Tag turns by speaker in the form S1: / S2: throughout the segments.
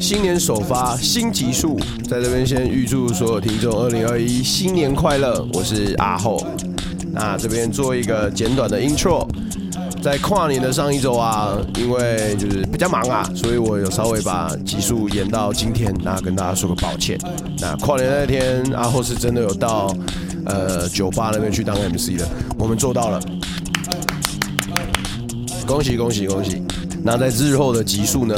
S1: 新年首发新集数，在这边先预祝所有听众二零二一新年快乐！我是阿厚，那这边做一个简短的 intro。在跨年的上一周啊，因为就是比较忙啊，所以我有稍微把集数延到今天，那跟大家说个抱歉。那跨年那天，阿厚是真的有到呃酒吧那边去当 MC 的，我们做到了。恭喜恭喜恭喜！那在日后的集数呢，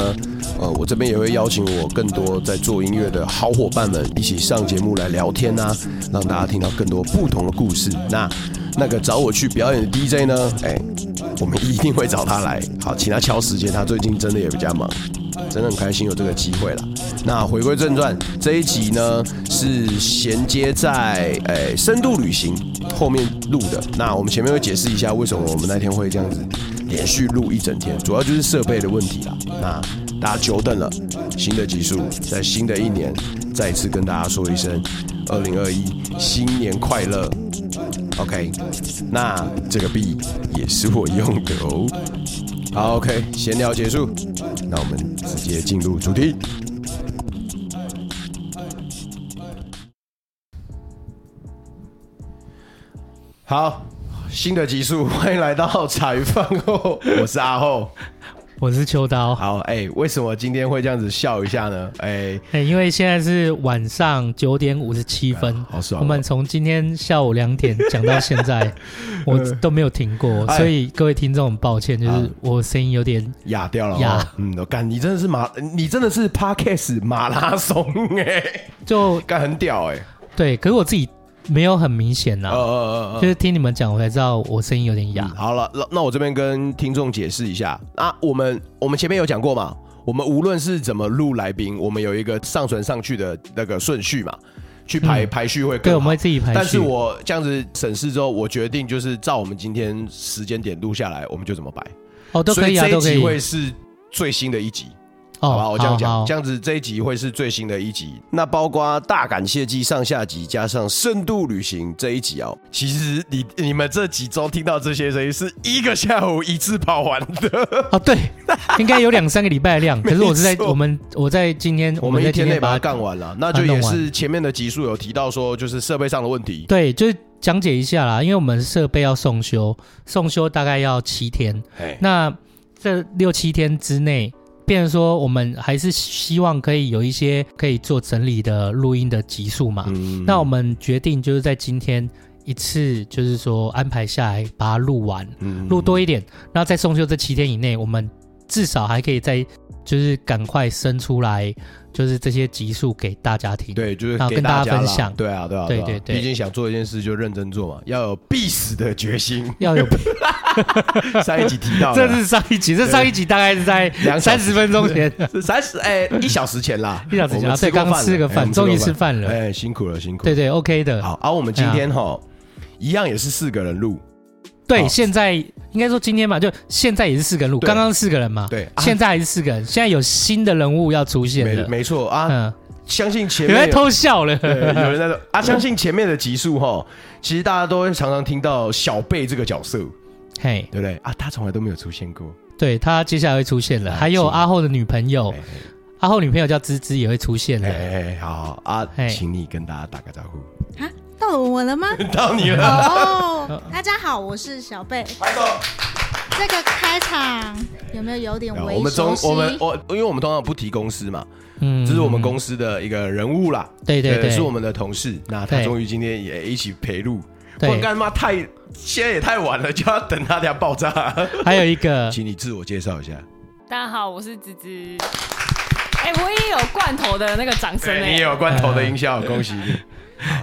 S1: 呃，我这边也会邀请我更多在做音乐的好伙伴们一起上节目来聊天啊，让大家听到更多不同的故事。那那个找我去表演的 DJ 呢，哎、我们一定会找他来。好，请他敲时间，他最近真的也比较忙，真的很开心有这个机会了。那回归正传，这一集呢是衔接在哎、深度旅行后面录的。那我们前面会解释一下为什么我们那天会这样子连续录一整天，主要就是设备的问题啦。那大家久等了，新的集数在新的一年再一次跟大家说一声，二零二一新年快乐。OK，那这个币也是我用的哦。好，OK，闲聊结束，那我们直接进入主题。好，新的集数， 欢迎来到采访后，我是阿后。
S2: 我是秋刀。
S1: 好，哎、为什么今天会这样子笑一下呢？哎、
S2: 哎、因为现在是晚上九点五十七分，
S1: 好爽哦
S2: 我们从今天下午两点讲到现 在，我都没有停过，
S1: 哎
S2: 所以各位听众很抱歉，就是我声音有点
S1: 哑掉了、哦
S2: 哑。
S1: 嗯，我干，你真的是马，你真的是 Podcast 马拉松哎、
S2: 就
S1: 干很屌哎、
S2: 对，可是我自己没有很明显呐、
S1: 呃呃呃呃
S2: 啊就是听你们讲，我才知道我声音有点哑。
S1: 好了，那那我这边跟听众解释一下啊，我们我们前面有讲过嘛，我们无论是怎么录来宾，我们有一个上传上去的那个顺序嘛，去排、
S2: 嗯
S1: 排序会更
S2: 对，
S1: 好
S2: 我们会自己排序。
S1: 但是我这样子审视之后，我决定就是照我们今天时间点录下来，我们就怎么摆，
S2: 哦，都
S1: 所
S2: 可以啊，
S1: 这一
S2: 都可
S1: 集
S2: 以。
S1: 会是最新的一集。
S2: 哦，
S1: 好吧，我这样
S2: 好
S1: 讲，这样子这一集会是最新的一集。那包括大感谢季上下集，加上深度旅行这一集哦。其实你你们这几周听到这些声音，是一个下午一次跑完的。
S2: 哦，对，应该有两三个礼拜的 量。可是我是在
S1: 没错
S2: 我们 我在今天
S1: 我们
S2: 们在
S1: 一
S2: 今
S1: 天内把它
S2: 把
S1: 干完了，那就也是前面的集数有提到说，就是设备上的问题。
S2: 对，就是讲解一下啦，因为我们设备要送修，送修大概要七天。
S1: 哎，
S2: 那这六七天之内，变成说我们还是希望可以有一些可以做整理的录音的集数嘛。
S1: 嗯
S2: 那我们决定就是在今天一次，就是说安排下来把它录完，
S1: 嗯
S2: 录多一点，那在送修这七天以内，我们至少还可以再就是赶快生出来，就是这些集数给大家听。
S1: 对，就是
S2: 然后
S1: 给
S2: 跟大家
S1: 啦
S2: 分享
S1: 对啊，对啊，
S2: 对
S1: 啊
S2: 对对
S1: 毕竟想做一件事就认真做嘛，要有必死的决 心。
S2: 要有
S1: 上一集提到了，
S2: 这是上一集，这上一集大概是在
S1: 两小
S2: 三
S1: 时
S2: 十分钟前，，
S1: 三十哎一小时前啦
S2: 一小时
S1: 我
S2: 前
S1: 们
S2: 啊，对，
S1: 过
S2: 刚
S1: 了
S2: 吃个
S1: 哎我
S2: 饭，
S1: 们
S2: 终于
S1: 过
S2: 吃饭了，
S1: 哎，辛苦了，辛苦。
S2: 对，对，OK 哎的。
S1: 好，而、啊我们今天哈，一样也是四个人录，好
S2: 对，现在应该说今天吧，就现在也是四个人录，
S1: 对
S2: 刚刚四个人嘛，
S1: 对啊
S2: 现在还是四个人，现在有新的人物要出现
S1: 没
S2: 了，
S1: 没错啊，
S2: 嗯，
S1: 相信前
S2: 有人
S1: 面
S2: 在
S1: 有。
S2: 偷笑了，
S1: 对，有人在说啊，相信前面的集数哈，其实大家都会常常听到小贝这个角色，对
S2: 嘿，
S1: 不对啊？他从来都没有出现过，
S2: 对他接下来会出现了，
S1: 啊
S2: 还有
S1: 请
S2: 阿后的女朋友
S1: 哎，
S2: 阿后女朋友叫芝芝也会出现
S1: 哎
S2: 了，
S1: 哎，哎好好啊，
S2: 哎
S1: 请你跟大家打个招呼，
S3: 啊，到了 我了吗？
S1: 到你了，
S3: 哦，大家好，我是小贝。
S2: 嗯
S3: 这个开场有没有有点
S1: 啊
S3: 微
S1: 我们中
S3: 熟悉
S1: 我们我，因为我们通常不提公司嘛，
S2: 嗯
S1: 这是我们，公司的一个人物啦，
S2: 对对
S1: 呃
S2: 对，
S1: 是我们的同事。那他
S2: 对
S1: 终于今天也一起陪录，不然
S2: 对，
S1: 干妈太现在也太晚了，就要等他俩爆炸。
S2: 还有一个，
S1: 请你自我介绍一下，
S4: 大家好，我是芝芝。哎、我也有罐头的那个掌声
S1: 对你
S4: 哎、
S1: 也有罐头的音效，恭 喜你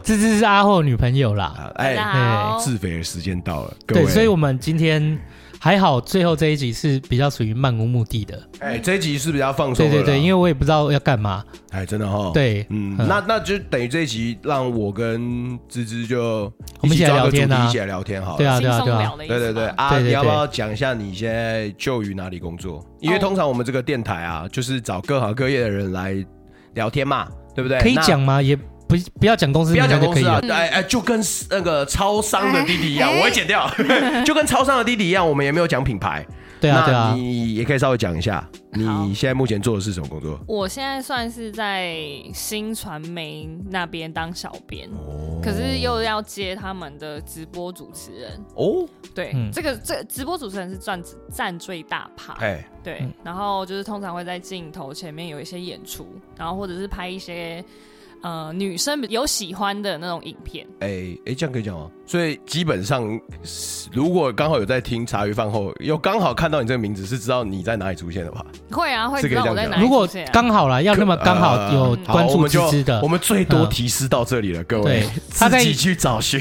S2: 芝芝是阿后的女朋友啦，
S1: 啊！
S4: 大
S1: 哎，
S4: 家好，
S1: 自肥的时间到了，各位。
S2: 对，所以我们今天还好，最后这一集是比较属于漫无目的的。
S1: 哎，这一集是比较放松
S2: 对
S1: 的啦，
S2: 对对，因为我也不知道要干嘛。
S1: 哎，真的哈，，
S2: 对，
S1: 嗯，
S2: 嗯
S1: 那那就等于这一集让我跟芝芝就
S2: 我们一起来
S1: 抓个
S2: 聊天啊
S1: 主题一起来聊天好了。
S2: 对啊
S4: 轻
S2: 对啊
S4: 松
S2: 对啊
S4: 聊，的意思
S1: 对
S4: 吗
S1: 对对啊！
S2: 对对对
S1: 你要不要讲一下你现在就于哪里工作？因为通常我们这个电台啊，就是找各行各业的人来聊天嘛，对不对？
S2: 可以
S1: 那
S2: 讲吗？也不不要讲公司
S1: 不
S2: 名
S1: 要讲
S2: 称就
S1: 公
S2: 可以
S1: 司啊
S2: 了。，
S1: 哎哎，就跟那个超商的弟弟一样，
S3: 哎
S1: 我会剪掉，就跟超商的弟弟一样，我们也没有讲品牌，
S2: 对啊对
S1: 那
S2: 啊，
S1: 你也可以稍微讲一下，
S4: 好
S1: 你现在目前做的是什么工作？
S4: 我现在算是在新传媒那边当小编，
S1: 哦
S4: 可是又要接他们的直播主持人。
S1: 哦，
S4: 对，
S2: 嗯
S4: 这个这直播主持人是占占最大趴。
S1: 哎，
S4: 对，
S2: 嗯
S4: 然后就是通常会在镜头前面有一些演出，然后或者是拍一些呃女生有喜欢的那种影片。
S1: 哎哎，这样可以讲吗？所以基本上，如果刚好有在听茶余饭后，又刚好看到你这个名字，是知道你在哪里出现的吧？
S4: 会啊，会
S1: 是可
S4: 知
S1: 以
S4: 道
S1: 这
S4: 我
S1: 样
S4: 在
S1: 讲
S4: 哪里
S2: 如果
S4: 出现啊
S2: 刚好啦，要那么刚好有
S1: 呃好
S2: 关
S1: 我
S2: 注
S1: 们
S2: 芝
S1: 就
S2: 芝的
S1: 我。们最多
S2: 嗯
S1: 提示到这里了，各位
S2: 对，
S1: 自
S2: 他在
S1: 己去找寻。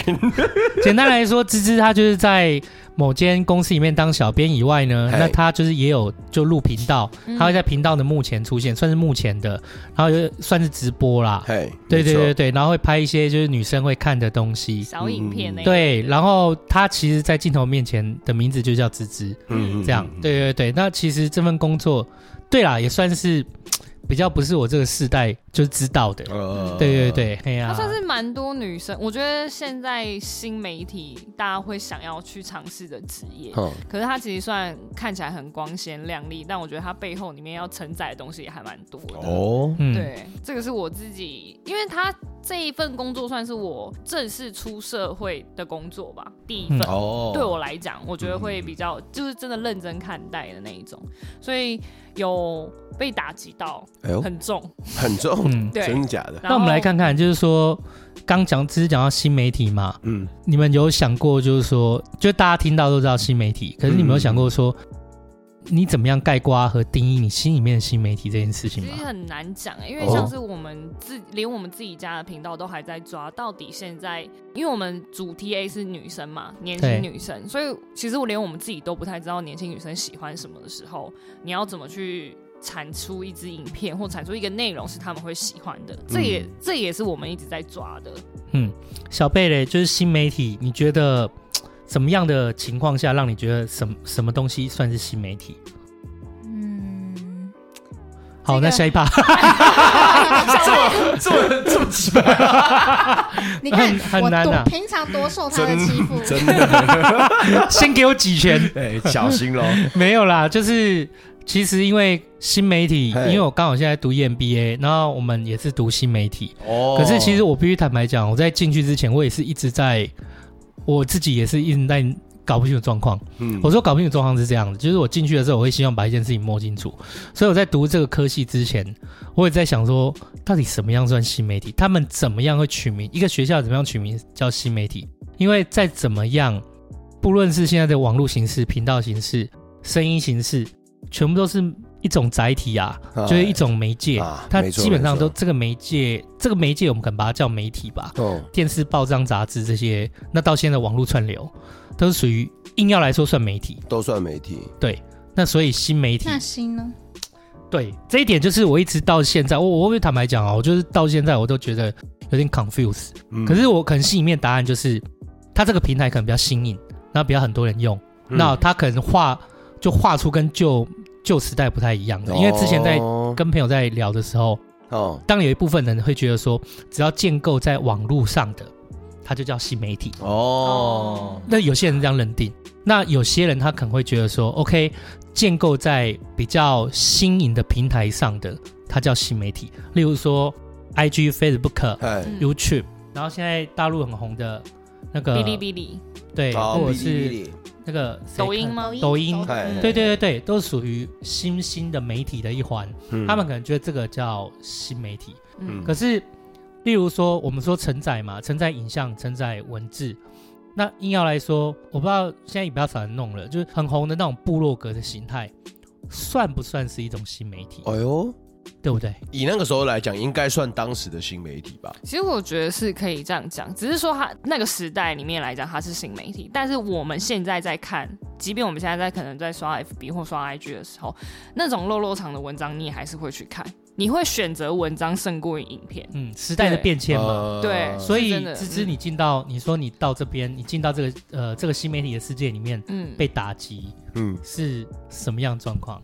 S2: 简单来说，芝芝她就是在某间公司里面当小编以外呢，
S1: 嘿
S2: 那她就是也有就录频道，
S4: 嗯
S2: 她会在频道的幕前出现，算是幕前的，然后就算是直播啦。
S1: 嘿，
S2: 对对
S1: 没错
S2: 对，对，然后会拍一些就是女生会看的东西。
S4: 小影片
S1: 哎嗯
S4: 那、
S2: 对，然后她其实，在镜头面前的名字就叫芝芝，
S1: 嗯
S2: 这样。对对对，那其实这份工作，对啦，也算是比较不是我这个世代就知道的。
S1: 呃
S2: 对对，对，哎呀、
S4: 他算是蛮多女生，我觉得现在新媒体大家会想要去尝试的职业。
S1: 嗯
S4: 可是它其实算看起来很光鲜亮丽，但我觉得它背后里面要承载的东西也还蛮多的。
S1: 哦，
S2: 嗯，
S4: 对，这个是我自己，因为他这一份工作算是我正式出社会的工作吧，第一份。
S2: 嗯
S1: 哦，
S4: 对我来讲，我觉得会比较就是真的认真看待的那一种，所以有被打击到
S1: 哎呦，
S4: 很重。
S1: 很重，
S2: 嗯，
S4: 对
S1: 真的假的？
S4: 然
S2: 那我们
S4: 后
S2: 来看看，就是说，刚讲只是讲到新媒体嘛，
S1: 嗯，
S2: 你们有想过，就是说，就大家听到都知道新媒体，可是你
S1: 嗯
S2: 们有想过说，你怎么样概括和定义你心里面的新媒体这件事情
S4: 其
S2: 吗
S4: 实？很难讲、因为
S1: 哦
S4: 像是我们自、连我们自己家的频道都还在抓，到底现在，因为我们主 TA 是女生嘛，年
S2: 对
S4: 轻女生，所以其实我连我们自己都不太知道年轻女生喜欢什么的时候，你要怎么去产出一支影片或产出一个内容是他们会喜欢的，这也、
S2: 嗯
S4: 这也是我们一直在抓的。
S2: 小贝嘞，就是新媒体，你觉得嘖怎么样的情况下让你觉得什么什么东西算是新媒体？
S3: 嗯，
S2: 好，
S3: 这个
S2: 那下一趴
S1: 这么这么奇葩，
S3: 你看
S2: 很很
S3: 我
S2: 难啊
S3: 多平常多受他的欺负，
S1: 真 的，
S2: 先给我几拳，
S1: 哎，小心喽，
S2: 没有啦，就是其实因为新媒体，
S1: 嘿
S2: 因为我刚好现在读 EMBA，然后我们也是读新媒体，
S1: 哦
S2: 可是其实我必须坦白讲，我在进去之前，我也是一直在，我自己也是一直在搞不清楚状况。
S1: 嗯
S2: 我说搞不清楚状况是这样的，就是我进去的时候，我会希望把一件事情摸清楚。所以我在读这个科系之前，我也在想说，到底什么样算新媒体？他们怎么样会取名？一个学校怎么样取名叫新媒体？因为再怎么样，不论是现在的网络形式、频道形式、声音形式，全部都是一种载体啊，
S1: 哎
S2: 就是一种媒介。
S1: 啊
S2: 它
S1: 没错
S2: 基本上
S1: 没错
S2: 都这个媒介，这个媒介我们可能把它叫媒体吧，
S1: 哦，
S2: 电视、报章、杂志这些。那到现在网络串流，都是属于硬要来说算媒体。
S1: 都算媒体，
S2: 那所以新媒体
S3: 那心呢？
S2: 对这一点，就是我一直到现在，我我会坦白讲哦，我就是到现在我都觉得有点 confuse。
S1: 嗯
S2: 可是我可能心里面答案就是，它这个平台可能比较新颖，那比较很多人用，
S1: 嗯
S2: 那它可能画就画出跟旧旧时代不太一样的，因为之前在
S1: 嗯哦
S2: 跟朋友在聊的时候，
S1: 哦
S2: 当然有一部分人会觉得说，只要建构在网络上的，它就叫新媒体。
S1: 哦，
S2: 那有些人这样认定，那有些人他可能会觉得说，OK，建构在比较新颖的平台上的，它叫新媒体，例如说 IG、Facebook、
S1: 哎，
S4: 嗯
S2: YouTube，然后现在大陆很红的那个
S4: 哔哩哔哩、
S2: 对，
S1: 好
S2: 或者
S1: 哦哔哩哔
S2: 是
S1: 哩
S2: 那个谁
S4: 抖音
S2: 看
S4: 吗？
S2: 抖音
S1: 哎
S2: 对对对对，都属于新兴的媒体的一环，
S1: 嗯
S2: 他们可能觉得这个叫新媒体。
S4: 嗯
S1: 嗯，
S2: 可是，例如说，我们说承载嘛，承载影像，承载文字。那硬要来说，我不知道现在也不要找人弄了，就是很红的那种部落格的形态，算不算是一种新媒体？
S1: 哎呦，
S2: 对不对？
S1: 以那个时候来讲，应该算当时的新媒体吧？
S4: 其实我觉得是可以这样讲，只是说它那个时代里面来讲，它是新媒体。但是我们现在在看，即便我们现在在可能在刷 FB 或刷 IG 的时候，那种肉肉长的文章，你也还是会去看，你会选择文章胜过于影片。
S2: 嗯，时代的
S4: 对
S2: 变迁嘛。
S1: 呃
S4: 对
S2: 所以
S4: 是真，的
S2: 芝芝，
S4: 嗯
S2: 你进到你说你到这边，你进到这个呃这个新媒体的世界里面
S4: 嗯，
S2: 被打击
S1: 嗯
S2: 是什么样的状况？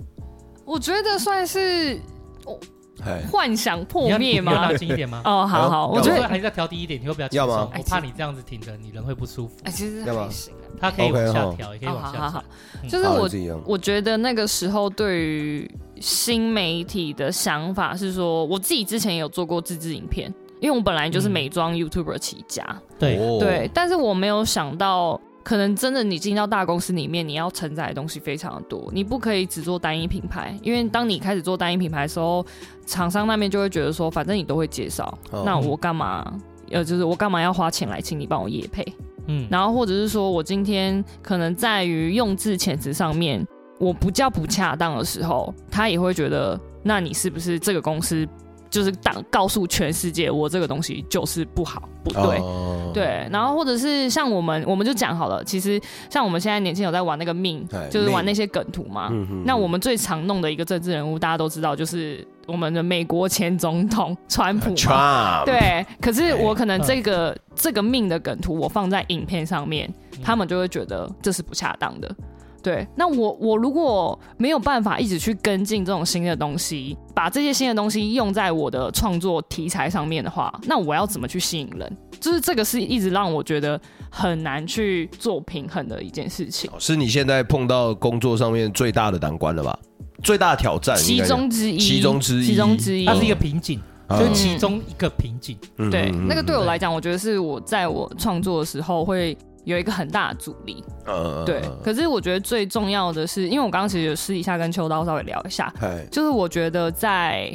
S4: 我觉得算是我
S1: 哎，
S4: 幻想
S2: 你
S4: 破
S2: 要
S4: 灭
S2: 你要
S4: 吗
S2: 拉？近一点 吗？
S4: 哦，好好，
S1: 要
S4: 我
S2: 我
S4: 觉
S2: 觉
S4: 得
S2: 得还是要调低一点，你会比较轻
S1: 要
S2: 松。
S1: 吗
S2: 我怕你这样子挺着，你人会不舒服。
S4: 哎，其实
S1: 要吗
S4: 还行啊。
S2: 它可以
S1: OK，
S2: 往下
S1: 好
S2: 调，也可以
S4: 好
S2: 往
S4: 好
S2: 下嗯
S4: 好
S2: 调
S4: 好。，就是
S1: 好
S4: 我
S1: 这样，
S4: 我觉得那个时候对于新媒体的想法是说，我自己之前也有做过自制影片，因为我本来就是
S2: 嗯
S4: 美妆 YouTuber 起家，
S2: 对，
S1: 哦
S4: 对，，但是我没有想到。可能真的，你进到大公司里面，你要承载的东西非常的多，你不可以只做单一品牌，因为当你开始做单一品牌的时候，厂商那边就会觉得说，反正你都会介绍，
S1: 哦
S4: 那我干嘛？呃，就是我干嘛要花钱来请你帮我业配？
S2: 嗯，
S4: 然后或者是说我今天可能在于用字遣词上面，我不叫不恰当的时候，他也会觉得，那你是不是这个公司就是当告诉全世界我这个东西就是不好不对？
S1: 哦，
S4: 对，然后或者是像我们，我们就讲好了，其实像我们现在年轻有在玩那个命
S1: 哎，
S4: 就是玩
S1: 命
S4: 那些梗图嘛。
S1: 嗯哼
S4: 啊那我们最常弄的一个政治人物，大家都知道，就是我们的美国前总统川普嘛。
S1: Trump，
S4: 对，可是我可能
S2: 哎
S4: 这个、这个命的梗图，我放在影片上面，
S2: 嗯
S4: 他们就会觉得这是不恰当的。对，那我我如果没有办法一直去跟进这种新的东西，把这些新的东西用在我的创作题材上面的话，那我要怎么去吸引人？就是这个是一直让我觉得很难去做平衡的一件事情，
S1: 是你现在碰到工作上面最大的难关了吧？最大的挑战，
S4: 其中之一，
S1: 其中之一嗯
S4: 其中之一，
S2: 它是一个瓶颈，
S1: 应该
S2: 就是
S1: 嗯
S2: 其中一个瓶颈。
S1: 嗯
S4: 对，
S1: 嗯嗯
S4: 那个对我
S2: 对
S4: 来讲，我觉得是我在我创作的时候会有一个很大的阻力。
S1: 嗯
S4: 对，可是我觉得最重要的是，因为我刚刚其实有私底下跟秋刀稍微聊一下，
S1: 哎，
S4: 就是我觉得在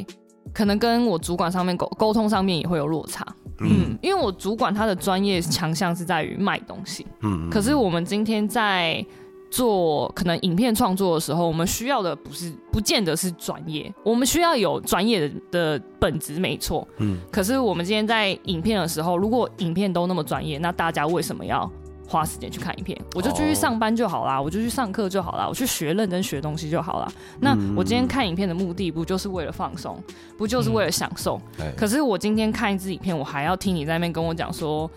S4: 可能跟我主管上面沟沟通上面也会有落差。嗯，因为我主管他的专业强项是在于卖东西，
S1: 嗯
S4: 可是我们今天在做可能影片创作的时候，我们需要的不是不见得是专业，我们需要有专业的的本质没错。
S1: 嗯
S4: 嗯，可是我们今天在影片的时候，如果影片都那么专业，那大家为什么要？花时间去看影片，我就继
S1: 哦
S4: 续上班就好啦，我就去上课就好啦，我去学认真学东西就好啦。那我今天看影片的目的不就是为了放松，不就是为了享受？
S1: 哎
S4: 可是我今天看一支影片，我还要听你在那边跟我讲说，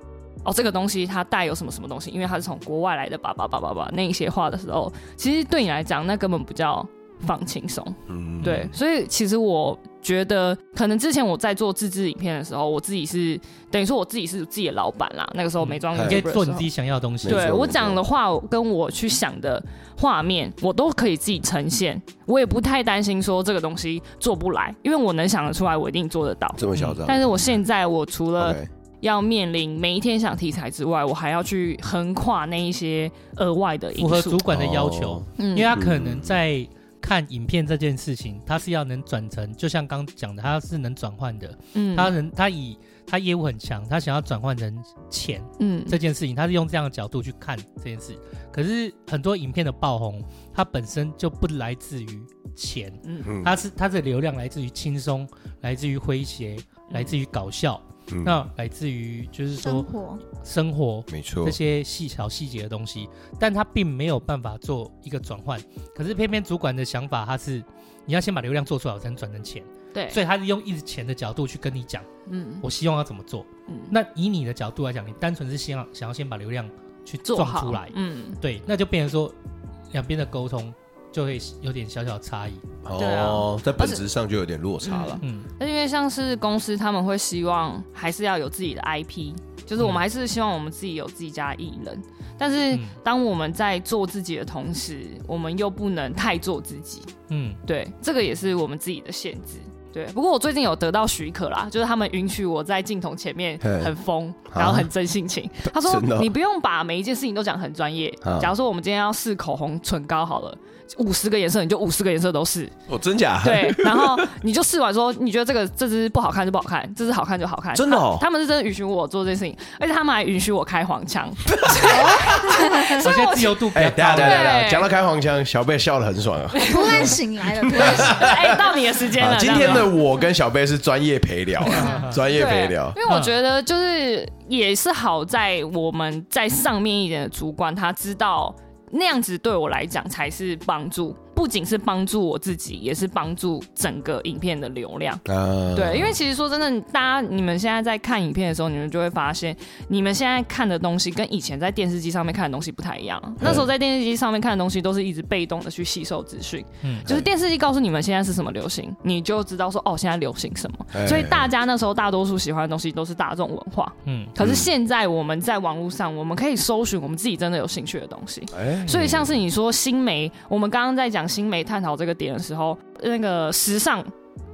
S4: 哦，这个东西它带有什么什么东西，因为它是从国外来的，叭叭叭叭叭那一些话的时候，其实对你来讲，那根本不叫放轻松。
S1: 嗯
S4: 对，所以其实我觉得，可能之前我在做自制影片的时候，我自己是等于说我自己是自己的老板啦。那个时候美妆
S1: 嗯
S2: 你
S1: 还
S2: 可以
S4: YouTuber 的时
S2: 做
S4: 候
S2: 你自己想要的东西。
S1: 没
S4: 对
S1: 错
S4: 我
S1: 没
S4: 讲
S1: 错
S4: 的话，跟我去想的画面，我都可以自己呈现，我也不太担心说这个东西做不来，因为我能想得出来，我一定做得
S2: 嗯
S4: 到。
S1: 这么嚣张，
S4: 嗯但是我现在，我除了
S1: OK，
S4: 要面临每一天想题材之外，我还要去横跨那一些额外的因
S2: 符合
S4: 素
S2: 主，管的要求
S1: 哦，
S4: 嗯
S2: 因为他可能在看影片这件事情，他是要能转成，就像刚讲的，他是能转换的，
S4: 嗯
S2: 他能他以他业务很强，他想要转换成钱
S4: 嗯
S2: 这件事情，他是用这样的角度去看这件事。可是很多影片的爆红，它本身就不来自于钱，
S4: 嗯
S1: 嗯
S2: 它是它的流量来自于轻松，来自于诙谐，来自于搞笑，
S1: 嗯
S2: 那来自于就是
S3: 生
S2: 说
S3: 活
S2: 生活
S1: 没错
S2: 这，些细小细节的东西，但他并没有办法做一个转换。可是偏偏主管的想法，他是你要先把流量做出来，我才能转成钱，
S4: 对，
S2: 所以他是用一直钱的角度去跟你讲，
S4: 嗯
S2: 我希望要怎么做。
S4: 嗯
S2: 那以你的角度来讲，你单纯是先要想要先把流量去
S4: 做
S2: 撞
S4: 好
S2: 出来，
S4: 嗯
S2: 对，那就变成说两边的沟通就会有点小小的差异。
S4: 对
S1: 哦
S4: 啊，
S1: 在本质上就有点落差了。
S2: 嗯，
S4: 那因为像是公司，他们会希望还是要有自己的 IP，就是我们
S2: 嗯
S4: 还是希望我们自己有自己家的艺人。但是
S2: 嗯
S4: 当我们在做自己的同时，我们又不能太做自己，
S2: 嗯，
S4: 对，这个也是我们自己的限制。对，不过我最近有得到许可啦，就是他们允许我在镜头前面
S1: 嘿
S4: 很疯，
S1: 啊
S4: 然后很真 性情。他说
S1: 真的哦
S4: 你不用把每一件事情都讲很专业
S1: 啊。
S4: 假如说我们今天要试口红、唇膏好了，五十个颜色你就五十个颜色都试，
S2: 嗯
S1: 哦，真假？，
S4: 对，然后你就试完说，你觉得这个这支不好看就不好看，这支好看就好看，
S1: 真的哦
S4: 他他们是真的允许我做这件事情，而且他们还允许我开 黄腔，
S2: 我现在自由度比
S1: 哎，等
S2: 较
S1: 一下
S2: 高
S1: 等一。下等 一下，
S4: 对
S1: 讲到开黄腔，小贝笑得很爽啊。
S3: 突然醒 来了，突然醒来了
S4: 哎、到你的时间了。
S1: 啊今
S4: 这样
S1: 天
S4: 子
S1: 的我跟小贝是专业陪聊啊，专业陪聊。
S4: 因为我觉得就是也是好在我们在上面一点的主管，他知道那样子对我来讲才是帮助。不仅是帮助我自己，也是帮助整个影片的流量。
S1: 啊，
S4: 对，因为其实说真的，大家你们现在在看影片的时候，你们就会发现，你们现在看的东西跟以前在电视机上面看的东西不太一样。那时候在电视机上面看的东西，都是一直被动的去吸收资讯，
S2: 嗯
S4: 就是电视机告诉你们现在是什么流行，你就知道说哦，现在流行什么。
S1: 哎
S4: 所以大家那时候大多数喜欢的东西都是大众文化。
S2: 嗯，
S4: 可是现在我们在网络上，我们可以搜寻我们自己真的有兴趣的东西。
S1: 哎，
S2: 嗯
S4: 所以像是你说新媒，我们刚刚在讲新媒探讨这个点的时候，那个时尚。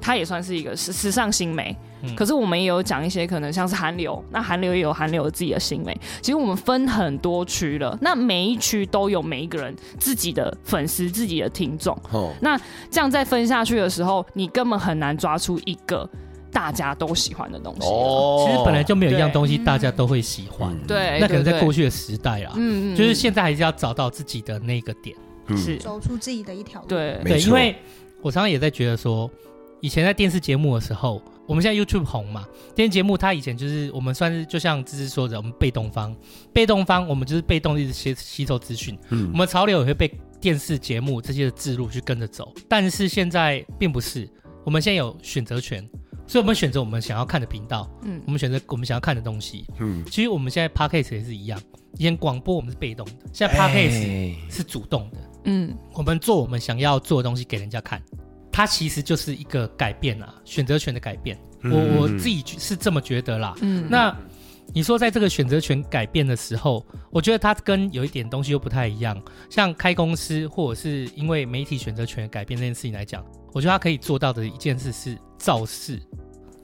S4: 它也算是一个时时尚新媒，
S2: 嗯
S4: 可是我们也有讲一些可能像是韩流，那韩流也有韩流自己的新媒。其实我们分很多区了，那每一区都有每一个人自己的粉丝、自己的听众。
S1: 哦，
S4: 这样再分下去的时候，你根本很难抓出一个大家都喜欢的东西了。
S1: 哦
S2: 其实本来就没有一样东西
S3: 对
S2: 大家都会喜欢，
S1: 嗯
S4: 对，
S2: 那可能
S4: 哎对
S2: 在过，去的时代啊啦
S4: 对，嗯嗯，
S2: 就是现在还是要找到自己的那个点。
S1: 嗯
S4: 是
S3: 走出自己的一条路。
S4: 对
S1: 没
S2: 对，
S1: 错
S2: 因为我常常也在觉得说，以前在电视节目的时候，我们现在 YouTube 红嘛，电视节目它以前就是我们算是就像芝芝说的，我们被动方，被动方我们就是被动地一直吸吸收资讯，
S1: 嗯
S2: 我们潮流也会被电视节目这些的制度去跟着走，但是现在并不是，我们现在有选择权，所以我们选择我们想要看的频道，
S4: 嗯
S2: 我们选择我们想要看的东西。
S1: 嗯，
S2: 其实我们现在 podcast 也是一样，以前广播我们是被动的，现在 podcast
S1: 哎
S2: 是主动的，
S4: 嗯
S2: 我们做我们想要做的东西给人家看，它其实就是一个改变啊，选择权的改变。
S1: 嗯
S2: 我我自己是这么觉得啦。
S4: 嗯，
S2: 那你说在这个选择权改变的时候，我觉得它跟有一点东西又不太一样，像开公司或者是因为媒体选择权改变这件事情来讲，我觉得它可以做到的一件事是造势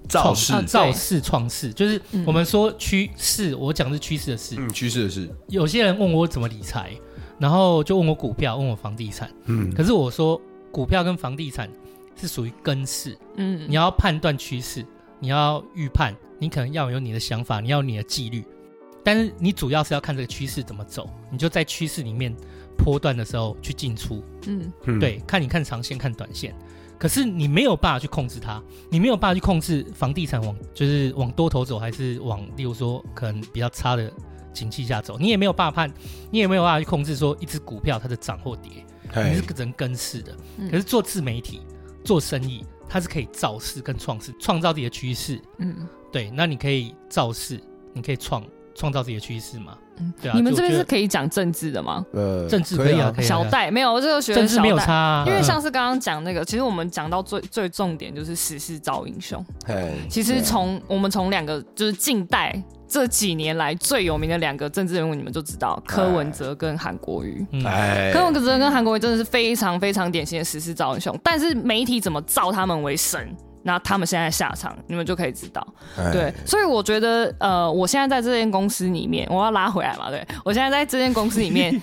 S1: 造
S2: 创
S1: 势
S2: 啊，造势创势，就是
S4: 嗯
S2: 我们说趋势，我讲的是趋势的事。
S1: 嗯，趋势的是，
S2: 有些人问我怎么理财，然后就问我股票，问我房地产。
S1: 嗯，
S2: 可是我说，股票跟房地产是属于跟市，
S4: 嗯
S2: 你要判断趋势，你要预判，你可能要有你的想法，你要有你的纪律，但是你主要是要看这个趋势怎么走，你就在趋势里面波段的时候去进出，
S4: 嗯
S1: 嗯，
S2: 对，看你看长线，看短线。可是你没有办法去控制它，你没有办法去控制房地产往就是往多头走，还是往例如说可能比较差的景气下走，你也没有办法判，你也没有办法去控制说一只股票它的涨或跌。你
S1: 哎
S2: 是，只能跟市的。
S4: 嗯
S2: 可是做自媒体、做生意，它是可以造势跟创势，创造自己的趋势。
S4: 嗯。
S2: 对，那你可以造势，你可以创创造自己的趋势嘛？
S4: 嗯
S2: 对啊
S4: 你们
S2: 就
S4: 这边
S2: 觉
S4: 是
S2: 得
S4: 可以讲政治的吗？
S1: 呃
S2: 政治可以啊，可以啊。
S4: 小
S2: 可以啊
S4: 戴没有，我这个学
S2: 政治没有
S4: 小戴
S2: 差、啊，
S4: 因为像是刚刚讲那个，其实我们讲到最最重点就是时势造英雄。
S1: 哎，
S4: 其
S2: 啊
S4: 实从我们从两个就是近代这几年来最有名的两个政治人物，你们就知道
S2: 哎
S4: 柯文哲跟韩国瑜。
S2: 嗯
S1: 哎，
S4: 柯文哲跟韩国瑜真的是非常非常典型的时势造英雄，但是媒体怎么造他们为神？那他们现在下场，你们就可以知道。
S1: 哎
S4: 对，，所以我觉得，呃，我现在在这间公司里面，我要拉回来嘛。对我现在在这间公司里面，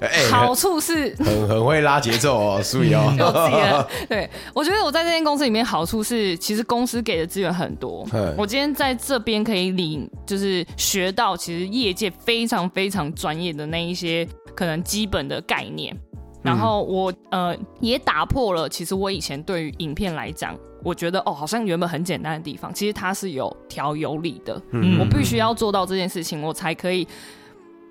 S1: 哎，
S4: 好处是
S1: 很很会拉节奏哦，苏怡哦，
S4: 有自己的。 对，我觉得我在这间公司里面好处是，其实公司给的资源很多
S1: 嗯。
S4: 我今天在这边可以领，就是学到其实业界非常非常专业的那一些可能基本的概念。然后我呃也打破了，其实我以前对于影片来讲，我觉得哦好像原本很简单的地方，其实它是有条有理的。
S2: 嗯
S4: 我必须要做到这件事情，我才可以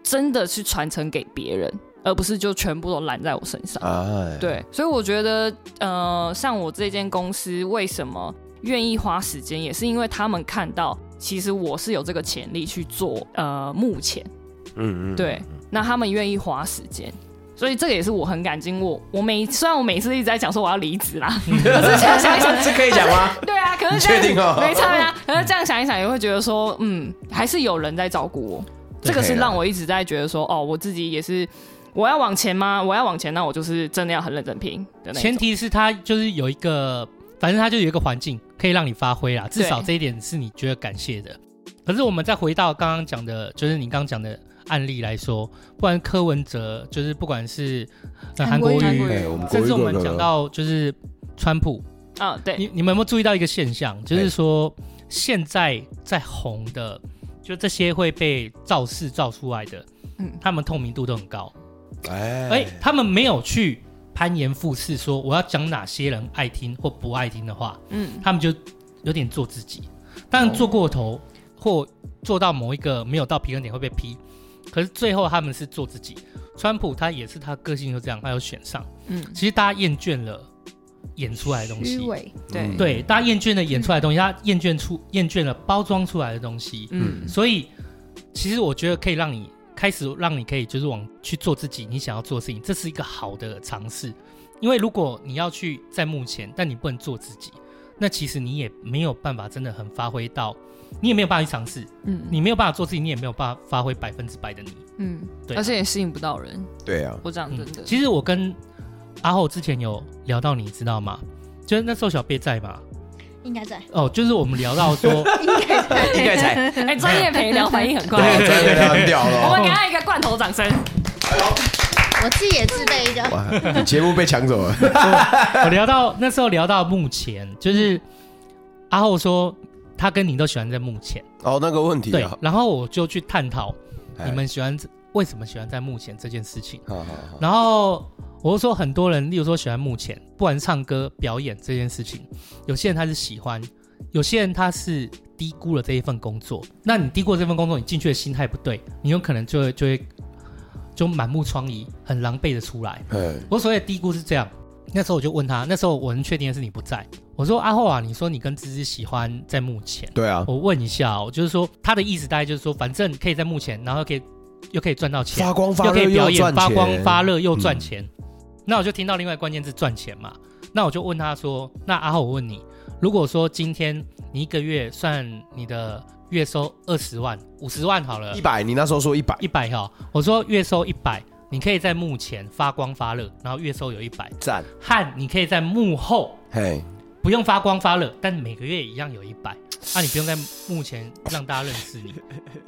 S4: 真的去传承给别人，而不是就全部都揽在我身上。
S1: 哎，
S4: 对，所以我觉得，呃，像我这间公司为什么愿意花时间，也是因为他们看到，其实我是有这个潜力去做，呃，目前
S1: 嗯嗯，
S4: 对，那他们愿意花时间。所以这个也是我很感激我，我每虽然我每次一直在讲说我要离职啦， 可是想想一想，
S1: 这可以讲吗？
S4: 对啊，可是
S1: 你
S4: 这样
S1: 确定哦
S4: 没差呀、可是这样想一想，也会觉得说，嗯，还是有人在照顾我。这
S1: 啊
S4: 个是让我一直在觉得说，哦，我自己也是，我要往前吗？我要往前，那我就是真的要很认真拼的那种
S2: 前提是他就是有一个，反正他就有一个环境可以让你发挥啦，至少
S4: 对
S2: 这一点是你觉得感谢的。可是我们再回到刚刚讲的，就是你刚刚讲的案例来说，不然柯文哲就是不管是呃
S3: 韩
S2: 韩
S3: 国
S2: 国
S3: 瑜
S2: 瑜，
S1: 哎，我们
S2: 甚至我们
S1: 国语
S2: 讲到就是川普，
S4: 啊，对，
S2: 你你们有没有注意到一个现象，
S1: 哎
S2: 就是说现在在红的，就这些会被造势造出来的，
S4: 嗯
S2: 他们透明度都很高，
S1: 哎，
S2: 哎、他们没有去攀岩附势，说我要讲哪些人爱听或不爱听的话，
S4: 嗯
S2: 他们就有点做自己，当然做过头、或做到某一个没有到平衡点会被批，可是最后他们是做自己，川普他也是他个性就这样，他有选上。
S4: 嗯，
S2: 其实大家厌倦了演出来的东西
S5: 虚，伪，嗯
S4: 对嗯
S2: 对，大家厌倦了演出来的东西，他厌倦出厌倦了包装出来的东西，
S4: 嗯
S2: 所以其实我觉得可以让你开始让你可以就是往去做自己你想要做的事情，这是一个好的尝试。因为如果你要去在幕前，但你不能做自己，那其实你也没有办法真的很发挥到，你也没有办法去尝试，
S4: 嗯
S2: 你没有办法做自己，你也没有办法发挥百分之百的你。
S4: 嗯，
S2: 对嗯
S4: 而且也吸引不到人，
S1: 对啊，
S4: 我讲真的，
S2: 其实我跟阿厚之前有聊到，你知道吗？就是那时候小贝在嘛，
S3: 应该在，
S2: 哦，就是我们聊到 说，
S3: 应该在，
S1: 应该才
S4: 哎，专业陪聊反应很
S1: 对，
S4: 快，
S1: 真的很屌
S4: 我们
S1: 了
S4: 给他一个罐头掌声。
S3: 我自己也自备一个
S1: 哦！，哇，你节目被抢 走了，
S2: 我聊到那时候聊到幕前，就是阿厚说他跟你都喜欢在幕前，
S1: 哦，那个问题
S2: 对
S1: 啊，，
S2: 然后我就去探讨
S1: 哎
S2: 你们喜欢为什么喜欢在幕前这件事情。
S1: 好好好，
S2: 然后我就说很多人，例如说喜欢幕前，不管是唱歌、表演这件事情，有些人他是喜欢，有些人他是低估了这一份工作。那你低估了这份工作，你进去的心态不对，你有可能就会就会就满目疮痍，很狼狈的出来。
S1: 嗯，
S2: 我所谓的低估是这样，那时候我就问他，那时候我很确定的是你不在，我说阿厚啊，你说你跟芝芝喜欢在幕前，
S1: 对啊，
S2: 我问一下、哦，就是说他的意思大概就是说，反正可以在幕前，然后可以又可以赚到钱，
S1: 发光发
S2: 又可
S1: 热
S2: 以表演，
S1: 赚
S2: 发
S1: 钱，嗯
S2: 光发热又赚钱。那我就听到另外关键字赚钱嘛，那我就问他说：“那阿浩，我问你，如果说今天你一个月算你的月收二十万、五十万好了
S1: 一，百，你那时候说一百，
S2: 一百哈，我说月收一百，你可以在幕前发光发热，然后月收有一百，
S1: 赞，
S2: 和你可以在幕后
S1: 嘿，
S2: 不用发光发热，但每个月一样有一百。”啊，你不用在幕前让大家认识你，